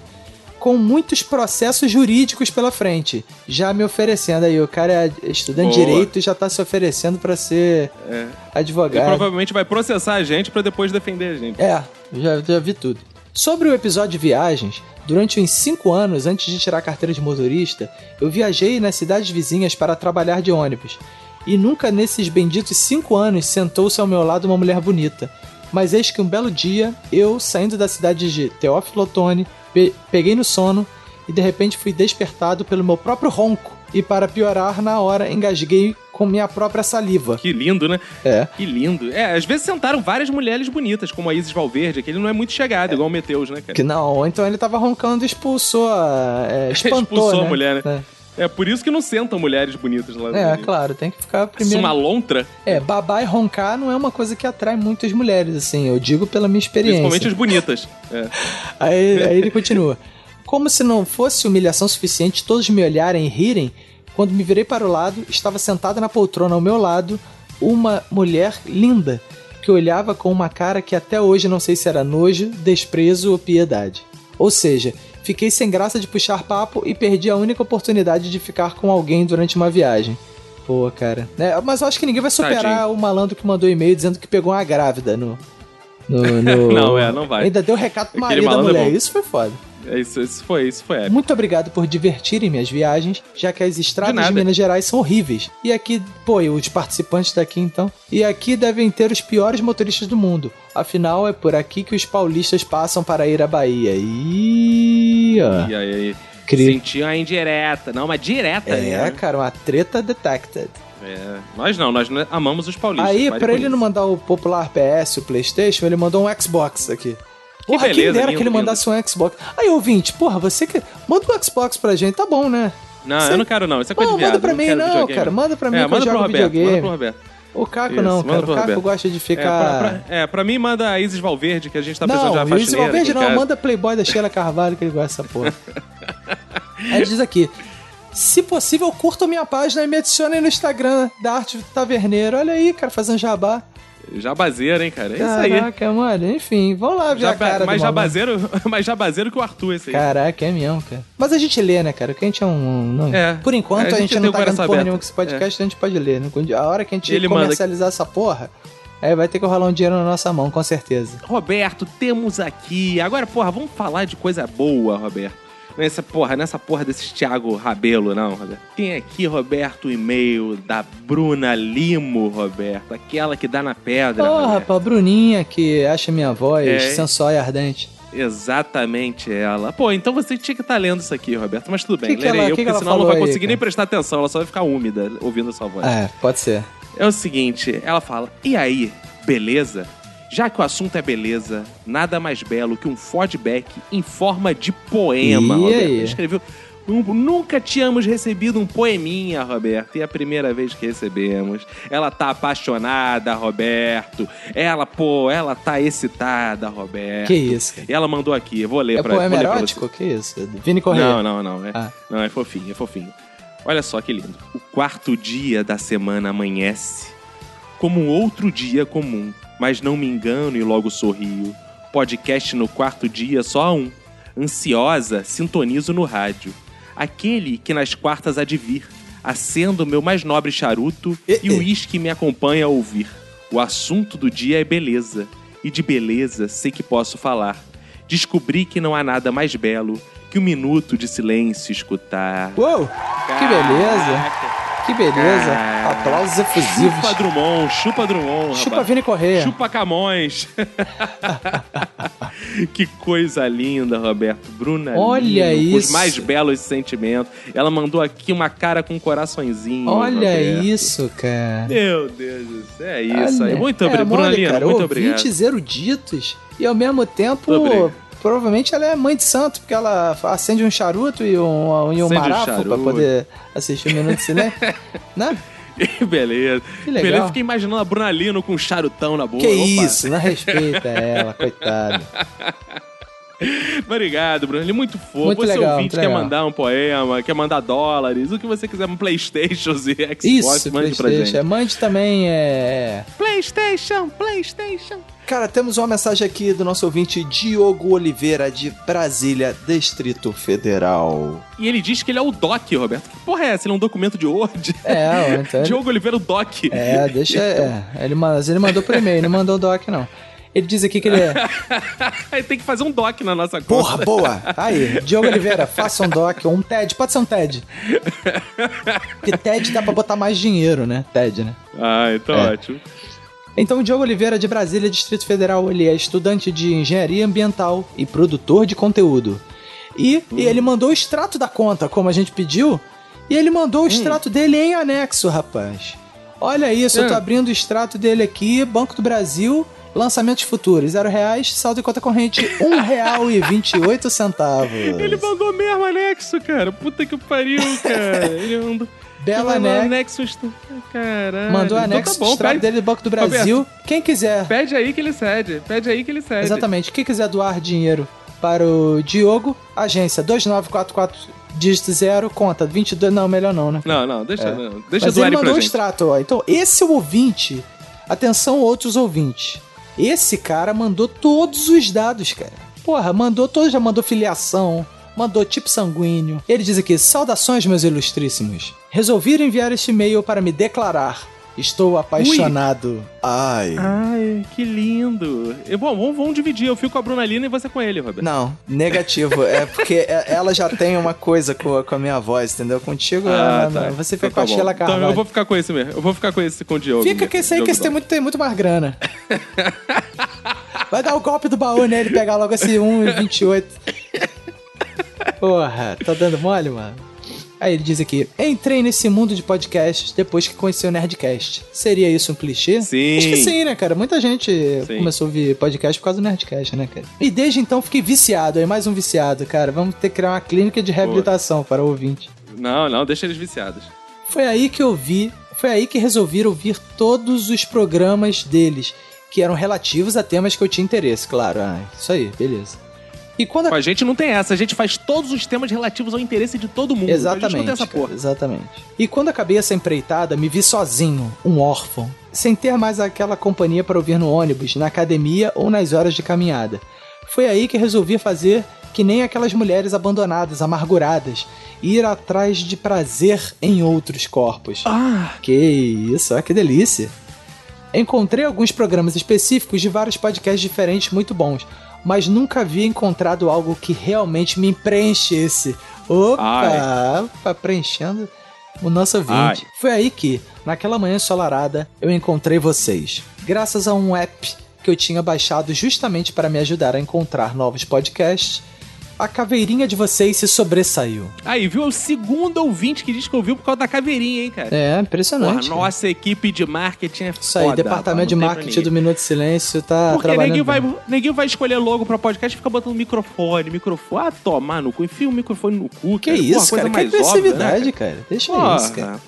Com muitos processos jurídicos pela frente. Já me oferecendo aí. O cara é estudante de Boa. direito e já tá se oferecendo pra ser É. Ele advogado. provavelmente vai processar a gente pra depois defender a gente. É, eu já, já vi tudo. Sobre o episódio de viagens, durante uns 5 anos antes de tirar a carteira de motorista, eu viajei nas cidades vizinhas para trabalhar de ônibus. E nunca nesses benditos 5 anos sentou-se ao meu lado uma mulher bonita. Mas eis que um belo dia, eu, saindo da cidade de Teófilo Otoni, pe- peguei no sono e de repente fui despertado pelo meu próprio ronco. E para piorar, na hora engasguei com minha própria saliva. Que lindo, né? É. Que lindo. É, às vezes sentaram várias mulheres bonitas, como a Isis Valverde, que ele não é muito chegado, igual o Meteus, né, cara? Que não, ou então ele tava roncando e expulsou a. é, espantou, Expulsou a né? mulher, né? É. É por isso que não sentam mulheres bonitas lá É, dentro. claro, tem que ficar Se primeiro. uma lontra, É, babar e roncar não é uma coisa que atrai muitas mulheres, assim, eu digo pela minha principalmente experiência. as bonitas. É. Aí, aí ele continua. Como se não fosse humilhação suficiente todos me olharem e rirem, quando me virei para o lado, estava sentada na poltrona ao meu lado uma mulher linda que olhava com uma cara que até hoje não sei se era nojo, desprezo ou piedade. Ou seja, fiquei sem graça de puxar papo e perdi a única oportunidade de ficar com alguém durante uma viagem. Pô, cara. né? mas eu acho que ninguém vai superar Tadinho. o malandro que mandou e-mail dizendo que pegou uma grávida no. no- no- Não, é, não vai. Ainda deu recado pro Aquele marido da malandro é mulher. bom. Isso foi foda. É Isso, isso foi, isso foi. épico. Muito obrigado por divertirem minhas viagens, já que as De estradas nada. de, Minas Gerais são horríveis. E aqui, pô, e os participantes daqui então. E aqui devem ter os piores motoristas do mundo. Afinal, é por aqui que os paulistas passam para ir à Bahia. Ih, ó. E aí, aí Cri- sentiu a indireta. Não, mas direta. É, né? cara, uma treta detected. É. Nós não, nós não- amamos os paulistas. Aí, pare pra com ele isso. não mandar o popular PS, o PlayStation, ele mandou um Xbox aqui. Porra, quem beleza, dera lindo, que ele lindo. mandasse um Xbox. Aí, ouvinte, porra, você que. Manda um Xbox pra gente, tá bom, né? Não, Você- eu não quero não. Isso é coisa Não, de viado. manda pra não mim, quero não, videogame. cara. Manda pra mim é, que eu manda pro jogo Roberto, manda pro videogame. Roberto. O Caco Isso, não, manda cara. pro O Caco Roberto. gosta de É, pra, ficar. pra- é, pra mim manda a Isis Valverde, que a gente tá precisando de uma não, o Isis faxineira. Valverde aqui em não, casa. manda Playboy da Sheila Carvalho que ele gosta dessa porra. Aí ele diz aqui. Se possível, curtam minha página e me adicionem no Instagram da Arte Taverneiro. Olha aí, cara, fazendo jabá. Jabazeiro, hein, cara? É isso aí. Caraca, mano. Enfim, vamos lá ver Jaba- a cara mais, do maluco. jabazeiro, mais jabazeiro que o Arthur, esse aí. Caraca, é mesmo, cara. Mas a gente lê, né, cara? Porque a gente é um. não- É. Por enquanto, É, a a gente gente, tem o não tá coração ganhando porra aberto. nenhuma com esse podcast, a gente pode ler. né? Quando- A hora que a gente Ele manda- comercializar essa porra, aí vai ter que rolar um dinheiro na nossa mão, com certeza. Roberto, temos aqui. Agora, porra, vamos falar de coisa boa, Roberto. Nessa porra, nessa porra desse Thiago Rabelo, não, Roberto. Tem aqui, Roberto, o e-mail da Bruna Limo, Roberto. Aquela que dá na pedra. Porra, Roberto. pô, a Bruninha que acha minha voz É. sensual e ardente. Exatamente ela. Pô, então você tinha que estar lendo isso aqui, Roberto. Mas tudo bem, Que que lerei ela- eu, que que porque ela senão ela não falou vai aí, conseguir nem cara? prestar atenção, ela só vai ficar úmida ouvindo essa voz. É, pode ser. É o seguinte, ela fala: "E aí, beleza? Já que o assunto é beleza, nada mais belo que um feedback em forma de poema." E Roberto aí? escreveu "Nu- Nunca tínhamos recebido um poeminha, Roberto. E é a primeira vez que recebemos. Ela tá apaixonada, Roberto. Ela, pô, ela tá excitada, Roberto. Que isso, cara. E ela mandou aqui, eu vou ler É É. pra poema vou ler pra você. erótico? Que isso? Vini Correia. Não, não, não. É, Ah. Não, é fofinho, é fofinho. Olha só que lindo. O quarto dia da semana amanhece como um outro dia comum, mas não me engano e logo sorrio. Podcast no quarto dia, só há um. Ansiosa, sintonizo no rádio. Aquele que nas quartas há de vir, acendo meu mais nobre charuto E- e o uísque me acompanha a ouvir. O assunto do dia é beleza, e de beleza sei que posso falar. Descobri que não há nada mais belo que um minuto de silêncio escutar. Uou! Que beleza! Que beleza! Caraca. Aplausos efusivos. Chupa Drummond, chupa Drummond, Chupa rapaz. Vini Correia. Chupa Camões. que coisa linda, Roberto. Bruna Olha Lima, com Os isso. mais belos sentimentos. Ela mandou aqui uma cara com um coraçõezinho. Olha Roberto. isso, cara. Meu Deus do céu. É isso aí. Olha. Muito É, obrigado, mole, Bruna Lima. cara, Muito obrigado. ouvintes eruditos e ao mesmo tempo, Muito obrigado. provavelmente ela é mãe de santo, porque ela acende um charuto e um, e um Acende um marafo pra charuto. poder assistir o Minuto de Silêncio. né? Beleza. Que legal. Beleza, fiquei imaginando a Bruna Lima com um charutão na boca. Que Opa. isso, não respeita ela, coitada. Obrigado, Bruno. Ele é muito fofo. Muito você legal, ouvinte muito quer legal. mandar um poema, quer mandar dólares, o que você quiser, um Playstation e Xbox, Isso, mande pra PlayStation. gente. Mande também é. Playstation, Playstation. Cara, temos uma mensagem aqui do nosso ouvinte Diogo Oliveira, de Brasília, Distrito Federal. E ele diz que ele é o Doc, Roberto. Que porra é essa? Ele é um documento de Word? É, então ele- Diogo Oliveira, o Doc. É, deixa. é, ele, ma- mas ele mandou por e-mail, não mandou o doc, não. Ele diz aqui que ele é. Ele tem que fazer um Doc na nossa conta. Porra, boa! Tá Aí, Diogo Oliveira, faça um doc ou um TED, pode ser um TED. Porque TED dá pra botar mais dinheiro, né? TED, né? Ah, então É. ótimo. Então, o Diogo Oliveira, de Brasília, Distrito Federal, ele é estudante de engenharia ambiental e produtor de conteúdo. E, e ele mandou o extrato da conta, como a gente pediu, e ele mandou Hum. o extrato dele em anexo, rapaz. Olha isso, eu tô É. abrindo o extrato dele aqui, Banco do Brasil, lançamentos futuros, zero reais, saldo em conta corrente, um real e vinte e oito centavos. Ele mandou mesmo anexo, cara. Puta que pariu, cara. Ele mandou. Belo ele mandou anexo, anexo. Caralho. mandou Então anexo, tá bom, extrato pede, dele do Banco do Brasil. Quem quiser pede aí que ele cede. Pede aí que ele cede. Exatamente. Quem quiser doar dinheiro para o Diogo, agência 2944 dígito zero, conta 22. Não, melhor não, né? Não, não, deixa, É. não. deixa Mas do ele Ari mandou pra um gente. extrato, ó. Então, esse é o ouvinte. Atenção, outros ouvintes. Esse cara mandou todos os dados, cara. Porra, mandou todos, já mandou filiação, mandou tipo sanguíneo. Ele diz aqui: Saudações, meus ilustríssimos. Resolvi enviar este e-mail para me declarar. Estou apaixonado. Ai. Ai, que lindo. E, bom, vamos, vamos dividir. Eu fico com a Bruna Lina e você com ele, Roberto. Não, negativo. é porque e- ela já tem uma coisa com, a- com a minha voz, entendeu? Contigo, ela- não, você fica Então com a tá bom. Sheila Carvalho. Então eu vou ficar com esse mesmo. Eu vou ficar com esse com o Diogo. Fica com esse aí que esse tem muito, tem muito mais grana. Vai dar o golpe do baú nele, pegar logo esse 1,28. Porra, tá dando mole, mano? Aí ele diz aqui: entrei nesse mundo de podcasts depois que conheci o Nerdcast. Seria isso um clichê? Sim. Acho que sim, né, cara? Muita gente Sim. começou a ouvir podcast por causa do Nerdcast, né, cara? E desde então fiquei viciado, aí mais um viciado, cara. Vamos ter que criar uma clínica de reabilitação para o ouvinte. Não, não, deixa eles viciados. Foi aí que eu vi, foi aí que resolvi ouvir todos os programas deles, que eram relativos a temas que eu tinha interesse, claro. Ah, isso aí, beleza. E quando Com a gente não tem essa. A gente faz todos os temas relativos ao interesse de todo mundo. Então, A gente não Exatamente. tem essa cara, porra. Exatamente. E quando acabei essa empreitada, me vi sozinho, um órfão, sem ter mais aquela companhia para ouvir no ônibus, na academia ou nas horas de caminhada. Foi aí que resolvi fazer que nem aquelas mulheres abandonadas, amarguradas, ir atrás de prazer em outros corpos. Ah! Que isso, ah, que delícia! Encontrei alguns programas específicos de vários podcasts diferentes muito bons, mas nunca havia encontrado algo que realmente me preenchesse. Opa! opa preenchendo o nosso ouvinte. Ai. Foi aí que, naquela manhã ensolarada, eu encontrei vocês. Graças a um app que eu tinha baixado justamente para me ajudar a encontrar novos podcasts, a caveirinha de vocês se sobressaiu. Aí, viu? É o segundo ouvinte que diz que ouviu por causa da caveirinha, hein, cara? É, impressionante. Porra, nossa equipe de marketing é foda. Isso aí, departamento de marketing do Minuto de Silêncio tá Porque trabalhando. ninguém vai, bem. ninguém vai escolher logo pra podcast e fica botando microfone, microfone. Ah, tomar no cu, enfia o microfone no cu. Que isso, cara? Que né, agressividade, cara. Deixa isso, cara.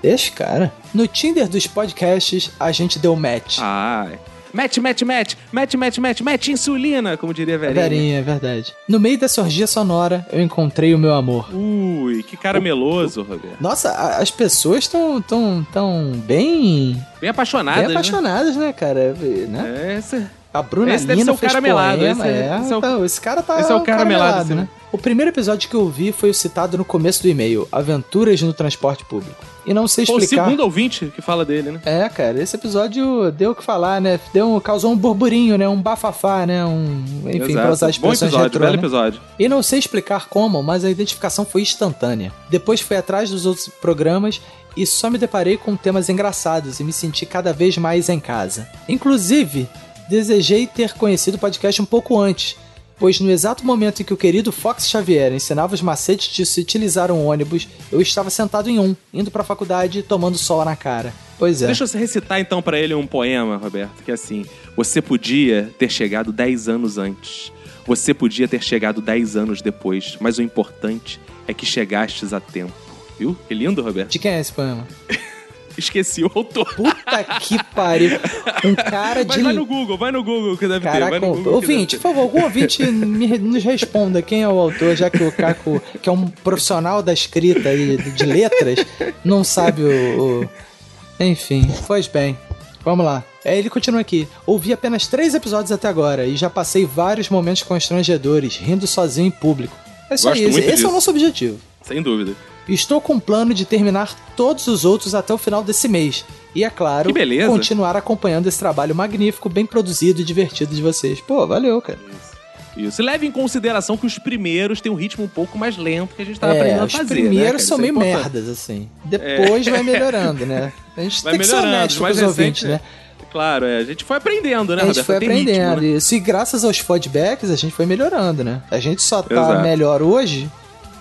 Deixa, cara. No Tinder dos podcasts, a gente deu match. Ah, Ai. Match, match, match, match, match, match, match, insulina, como diria a velhinha. Verinha, é verdade. No meio dessa orgia sonora, eu encontrei o meu amor. Ui, que cara meloso, Roberto. Nossa, a- as pessoas estão tão, tão bem, Bem apaixonado, bem apaixonadas, né, cara? Né? Né? Esse... A Bruna Esse deve ser Nina o fez cara melado, poema, esse- é, esse é o- então, esse cara tá esse é o um cara melado, esse- né? O primeiro episódio que eu vi foi o citado no começo do e-mail, Aventuras no Transporte Público. E não sei Pô, o explicar... segundo ouvinte que fala dele, né? É, cara, esse episódio deu o que falar, né? Deu, um- causou um burburinho, né? Um bafafá, né? Um, enfim, Exato. pra usar as Bom expressões episódio, retrô, belo né? episódio. E não sei explicar como, mas a identificação foi instantânea. Depois fui atrás dos outros programas e só me deparei com temas engraçados e me senti cada vez mais em casa. Inclusive, desejei ter conhecido o podcast um pouco antes, pois no exato momento em que o querido Fox Xavier ensinava os macetes de se utilizar um ônibus, eu estava sentado em um, indo pra faculdade e tomando sol na cara. Pois é. Deixa eu recitar então pra ele um poema, Roberto, que é assim: Você podia ter chegado 10 anos antes. Você podia ter chegado 10 anos depois, mas o importante é que chegastes a tempo. Viu? Que lindo, Roberto. De quem é esse poema? Esqueci o autor. Puta que pariu. Um cara Mas de vai no Google, vai no Google que deve ter. Vai Caraca, no Google que ouvinte, por deve ter. favor, algum ouvinte me re- nos responda quem é o autor, já que o Caco, que é um profissional da escrita e de letras, não sabe o. o- Enfim, pois bem, vamos lá. É, ele continua aqui. Ouvi apenas três episódios até agora e já passei vários momentos constrangedores, rindo sozinho em público. É só Gosto isso. muito Esse é disso. o nosso objetivo. Sem dúvida. Estou com o plano de terminar todos os outros até o final desse mês. E é claro, Que beleza. continuar acompanhando esse trabalho magnífico, bem produzido e divertido de vocês. Pô, valeu, cara. Isso. Leve em consideração que os primeiros têm um ritmo um pouco mais lento que a gente tava É, aprendendo a os fazer. né, primeiros cara? são Isso é meio importante. É. merdas, assim. Depois vai melhorando, né? A gente Vai tem que ser melhorando, honesto com mais os recente, ouvintes, né? Claro, é. A gente foi aprendendo, né, a gente Roberto? foi Tem ritmo, aprendendo né? isso. E graças aos feedbacks, a gente foi melhorando, né? A gente só tá Exato. melhor hoje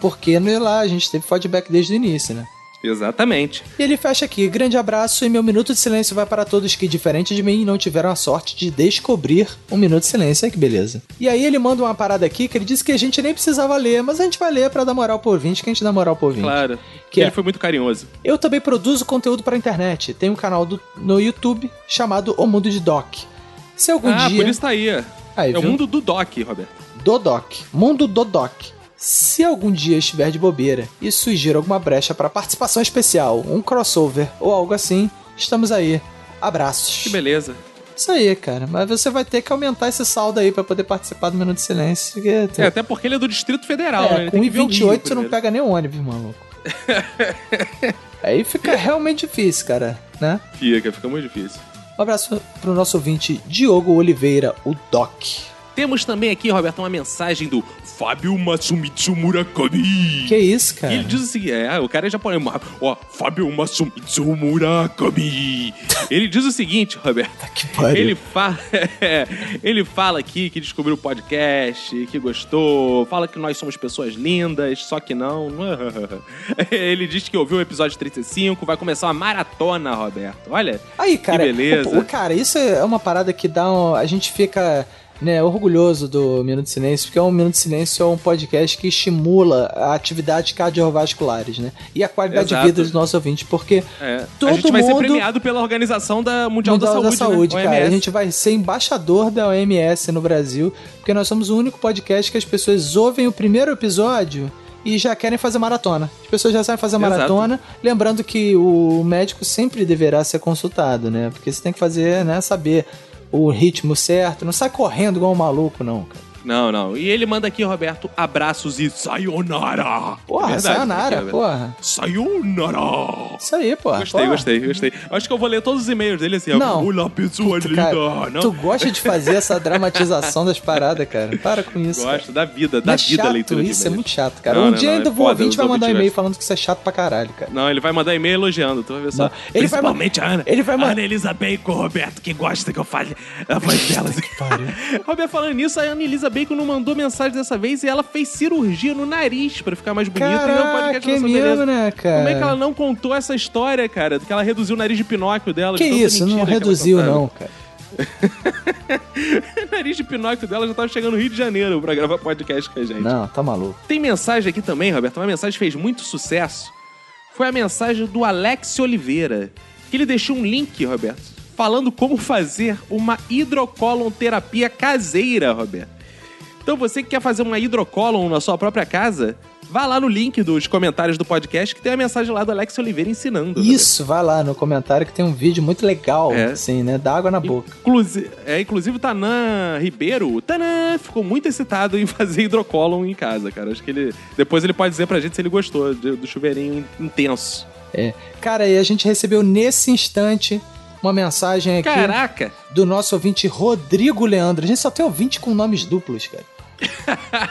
porque, né, lá, a gente teve feedback desde o início, né? Exatamente. E ele fecha aqui. Grande abraço e meu minuto de silêncio vai para todos que, diferente de mim, não tiveram a sorte de descobrir um minuto de silêncio. Olha que beleza. E aí ele manda uma parada aqui que ele disse que a gente nem precisava ler, mas a gente vai ler pra dar moral pro ouvinte, que a gente dá moral pro ouvinte. Claro. Que ele é? foi muito carinhoso. Eu também produzo conteúdo pra internet. Tem um canal do- no YouTube chamado O Mundo de Doc. Se algum ah, dia... por isso tá aí. Aí, é o viu? mundo do Doc, Roberto. Dodoc. Mundo Dodoc. Se algum dia estiver de bobeira e surgir alguma brecha para participação especial, um crossover ou algo assim, estamos aí. Que Abraços. beleza. Isso aí, cara. Mas você vai ter que aumentar esse saldo aí para poder participar do Minuto de Silêncio. porque tem- É, até porque ele é do Distrito Federal, né? é, Ele com tem que ver o Rio 1,28 você não primeiro. pega nem o ônibus, maluco. aí fica realmente difícil, cara, né? Fica, fica muito difícil. Um abraço pro nosso ouvinte Diogo Oliveira, o Doc. Temos também aqui, Roberto, uma mensagem do Fábio Matsumitsu Murakami. Que isso, E cara? ele diz o seguinte, é, o cara é japonês, mas, ó, Fábio Matsumitsu Murakami. Ele diz o seguinte, Roberto, Que pariu. ele fala, ele fala aqui que descobriu o podcast, que gostou, fala que nós somos pessoas lindas, só que não. Ele diz que ouviu o episódio 35, vai começar uma maratona, Roberto. Olha, Aí, cara, Que beleza. O, o- cara, isso é uma parada que dá um, a gente fica né, orgulhoso do Minuto de Silêncio, porque o Minuto de Silêncio é um podcast que estimula a atividade cardiovasculares, né? E a qualidade Exato. de vida dos nossos ouvintes, porque é, a todo gente vai ser mundo- premiado pela Organização da Mundial, Mundial da Saúde, né? cara. OMS. A gente vai ser embaixador da OMS no Brasil, porque nós somos o único podcast que as pessoas ouvem o primeiro episódio e já querem fazer maratona. As pessoas já sabem fazer Exato. maratona, lembrando que o médico sempre deverá ser consultado, né? Porque você tem que fazer, né, saber o ritmo certo, não sai correndo igual um maluco, não, cara. Não, não. E ele manda aqui, Roberto, abraços e sayonara. Porra, sayonara, porque é porra. Sayonara. Isso aí, porra. Gostei, porra. gostei, gostei. Acho que eu vou ler todos os e-mails dele assim. ó. Não. Olá, pessoa linda. Cara, não? tu gosta de fazer essa dramatização das paradas, cara. Para com isso. cara. Gosto da vida, Não da é vida chato a leitura de isso, é e-mails. muito chato, cara. Não, um não, dia não, ainda é vou foda, ouvinte os vai mandar um ouvintes e-mail falando que isso é chato pra caralho, cara. Não, ele vai mandar e-mail elogiando, tu vai ver só. Não, ele vai Principalmente a Ana. ele vai mandar- Ana Elisa Bacon, Roberto, que gosta que eu fale a voz dela. Roberto, falando nisso, a Ana Elisa Bacon não mandou mensagem dessa vez e ela fez cirurgia no nariz pra ficar mais bonita e não pode Caraca, ficar é mesmo, né, cara? Como é que ela não contou essa história, cara? Que ela reduziu o nariz de Pinóquio dela. Que de tanta isso, não mentira que ela tá reduziu contava. não, cara. O nariz de Pinóquio dela já tava chegando no Rio de Janeiro pra gravar podcast com a gente. Não, tá maluco. Tem mensagem aqui também, Roberto. Uma mensagem que fez muito sucesso. Foi a mensagem do Alex Oliveira. Que ele deixou um link, Roberto, falando como fazer uma hidrocolonterapia caseira, Roberto. Então você que quer fazer uma hidrocolon na sua própria casa, vá lá no link dos comentários do podcast que tem a mensagem lá do Alex Oliveira ensinando. Roberto. Isso, vai lá no comentário que tem um vídeo muito legal, É. assim, né? Da água na boca. Inclusive, é, inclusive o Tanã Ribeiro, o Tanã ficou muito excitado em fazer hidrocolon em casa, cara. Acho que ele. Depois ele pode dizer pra gente se ele gostou de- do chuveirinho intenso. Cara, e a gente recebeu nesse instante uma mensagem aqui Caraca! do nosso ouvinte Rodrigo Leandro. A gente só tem ouvinte com nomes duplos, cara.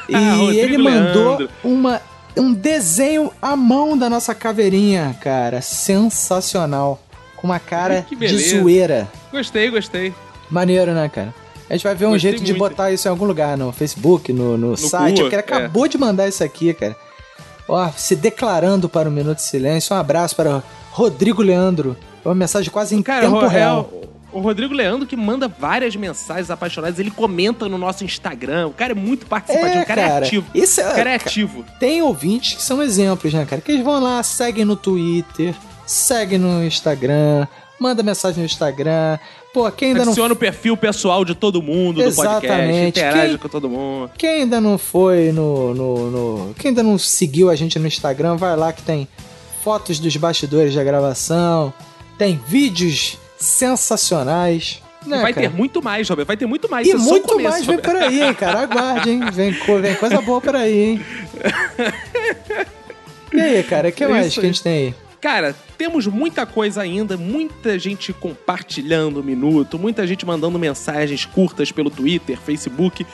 E Rodrigo ele mandou Leandro. uma, um desenho à mão da nossa caveirinha, cara. Sensacional. Com uma cara Que de beleza. zoeira. Gostei, gostei. Maneiro, né, cara? A gente vai ver um Gostei jeito de muito. é. botar isso em algum lugar, no Facebook, no, no, site. Cua, Porque ele acabou de mandar isso aqui, cara. Ó, se declarando para o Minuto de Silêncio. Um abraço para o Rodrigo Leandro. É Uma mensagem quase em Cara, tempo o, é real. o Rodrigo Leandro que manda várias mensagens apaixonadas, ele comenta no nosso Instagram. O cara é muito participativo, o cara, é ativo. Isso é, O cara é ativo. tem ouvintes que são exemplos, né, cara? Que eles vão lá, seguem no Twitter, seguem no Instagram, manda mensagem no Instagram. Pô, quem ainda não Adiciona o perfil pessoal de todo mundo do podcast, Exatamente. interage Quem- com todo mundo. Quem ainda não foi no, no, no- Quem ainda não seguiu a gente no Instagram, vai lá que tem fotos dos bastidores da gravação, tem vídeos sensacionais. Né, E vai cara? ter muito mais, Roberto. Vai ter muito mais. E Isso é só o muito começo, mais vem Roberto. por aí, hein, cara. Aguarde, hein? Vem, co- vem coisa boa por aí, hein? E aí, cara, o que É mais que a gente tem aí? Cara, temos muita coisa ainda, muita gente compartilhando o minuto, muita gente mandando mensagens curtas pelo Twitter, Facebook.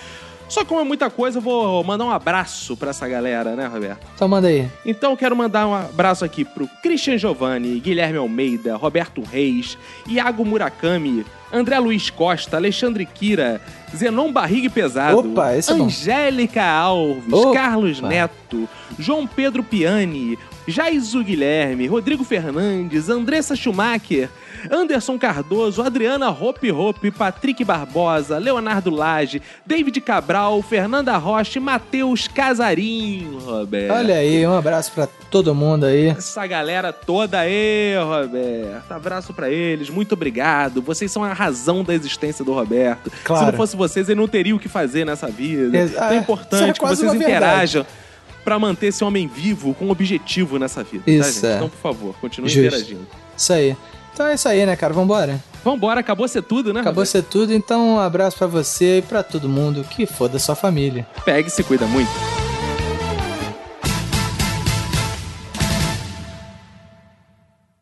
Só que como é muita coisa, eu vou mandar um abraço pra essa galera, né, Roberto? Então manda aí. Então eu quero mandar um abraço aqui pro Christian Giovanni, Guilherme Almeida, Roberto Reis, Iago Murakami, André Luiz Costa, Alexandre Kira, Zenon Barrigue Pesado, Opa, esse é bom. Angélica Alves, Opa. Carlos Neto, João Pedro Piani, Jaizu Guilherme, Rodrigo Fernandes, Andressa Schumacher, Anderson Cardoso, Adriana Hope Hope, Patrick Barbosa, Leonardo Lage, David Cabral, Fernanda Rocha e Matheus Casarim, Roberto. Olha aí, um abraço pra todo mundo aí. Essa galera toda aí, Roberto. Abraço pra eles, muito obrigado. Vocês são a razão da existência do Roberto. Claro. Se não fosse vocês, ele não teria o que fazer nessa vida. Ex- então ah, é isso é importante que quase vocês uma verdade. interajam pra manter esse homem vivo com um objetivo nessa vida. tá, Isso, gente? é. Então, por favor, continue Justo. interagindo. Isso aí. Então é isso aí, né, cara? Vambora. Vambora, acabou ser tudo, né? Acabou Roberto? ser tudo, então um abraço pra você e pra todo mundo que foda sua família. Pega e se cuida muito.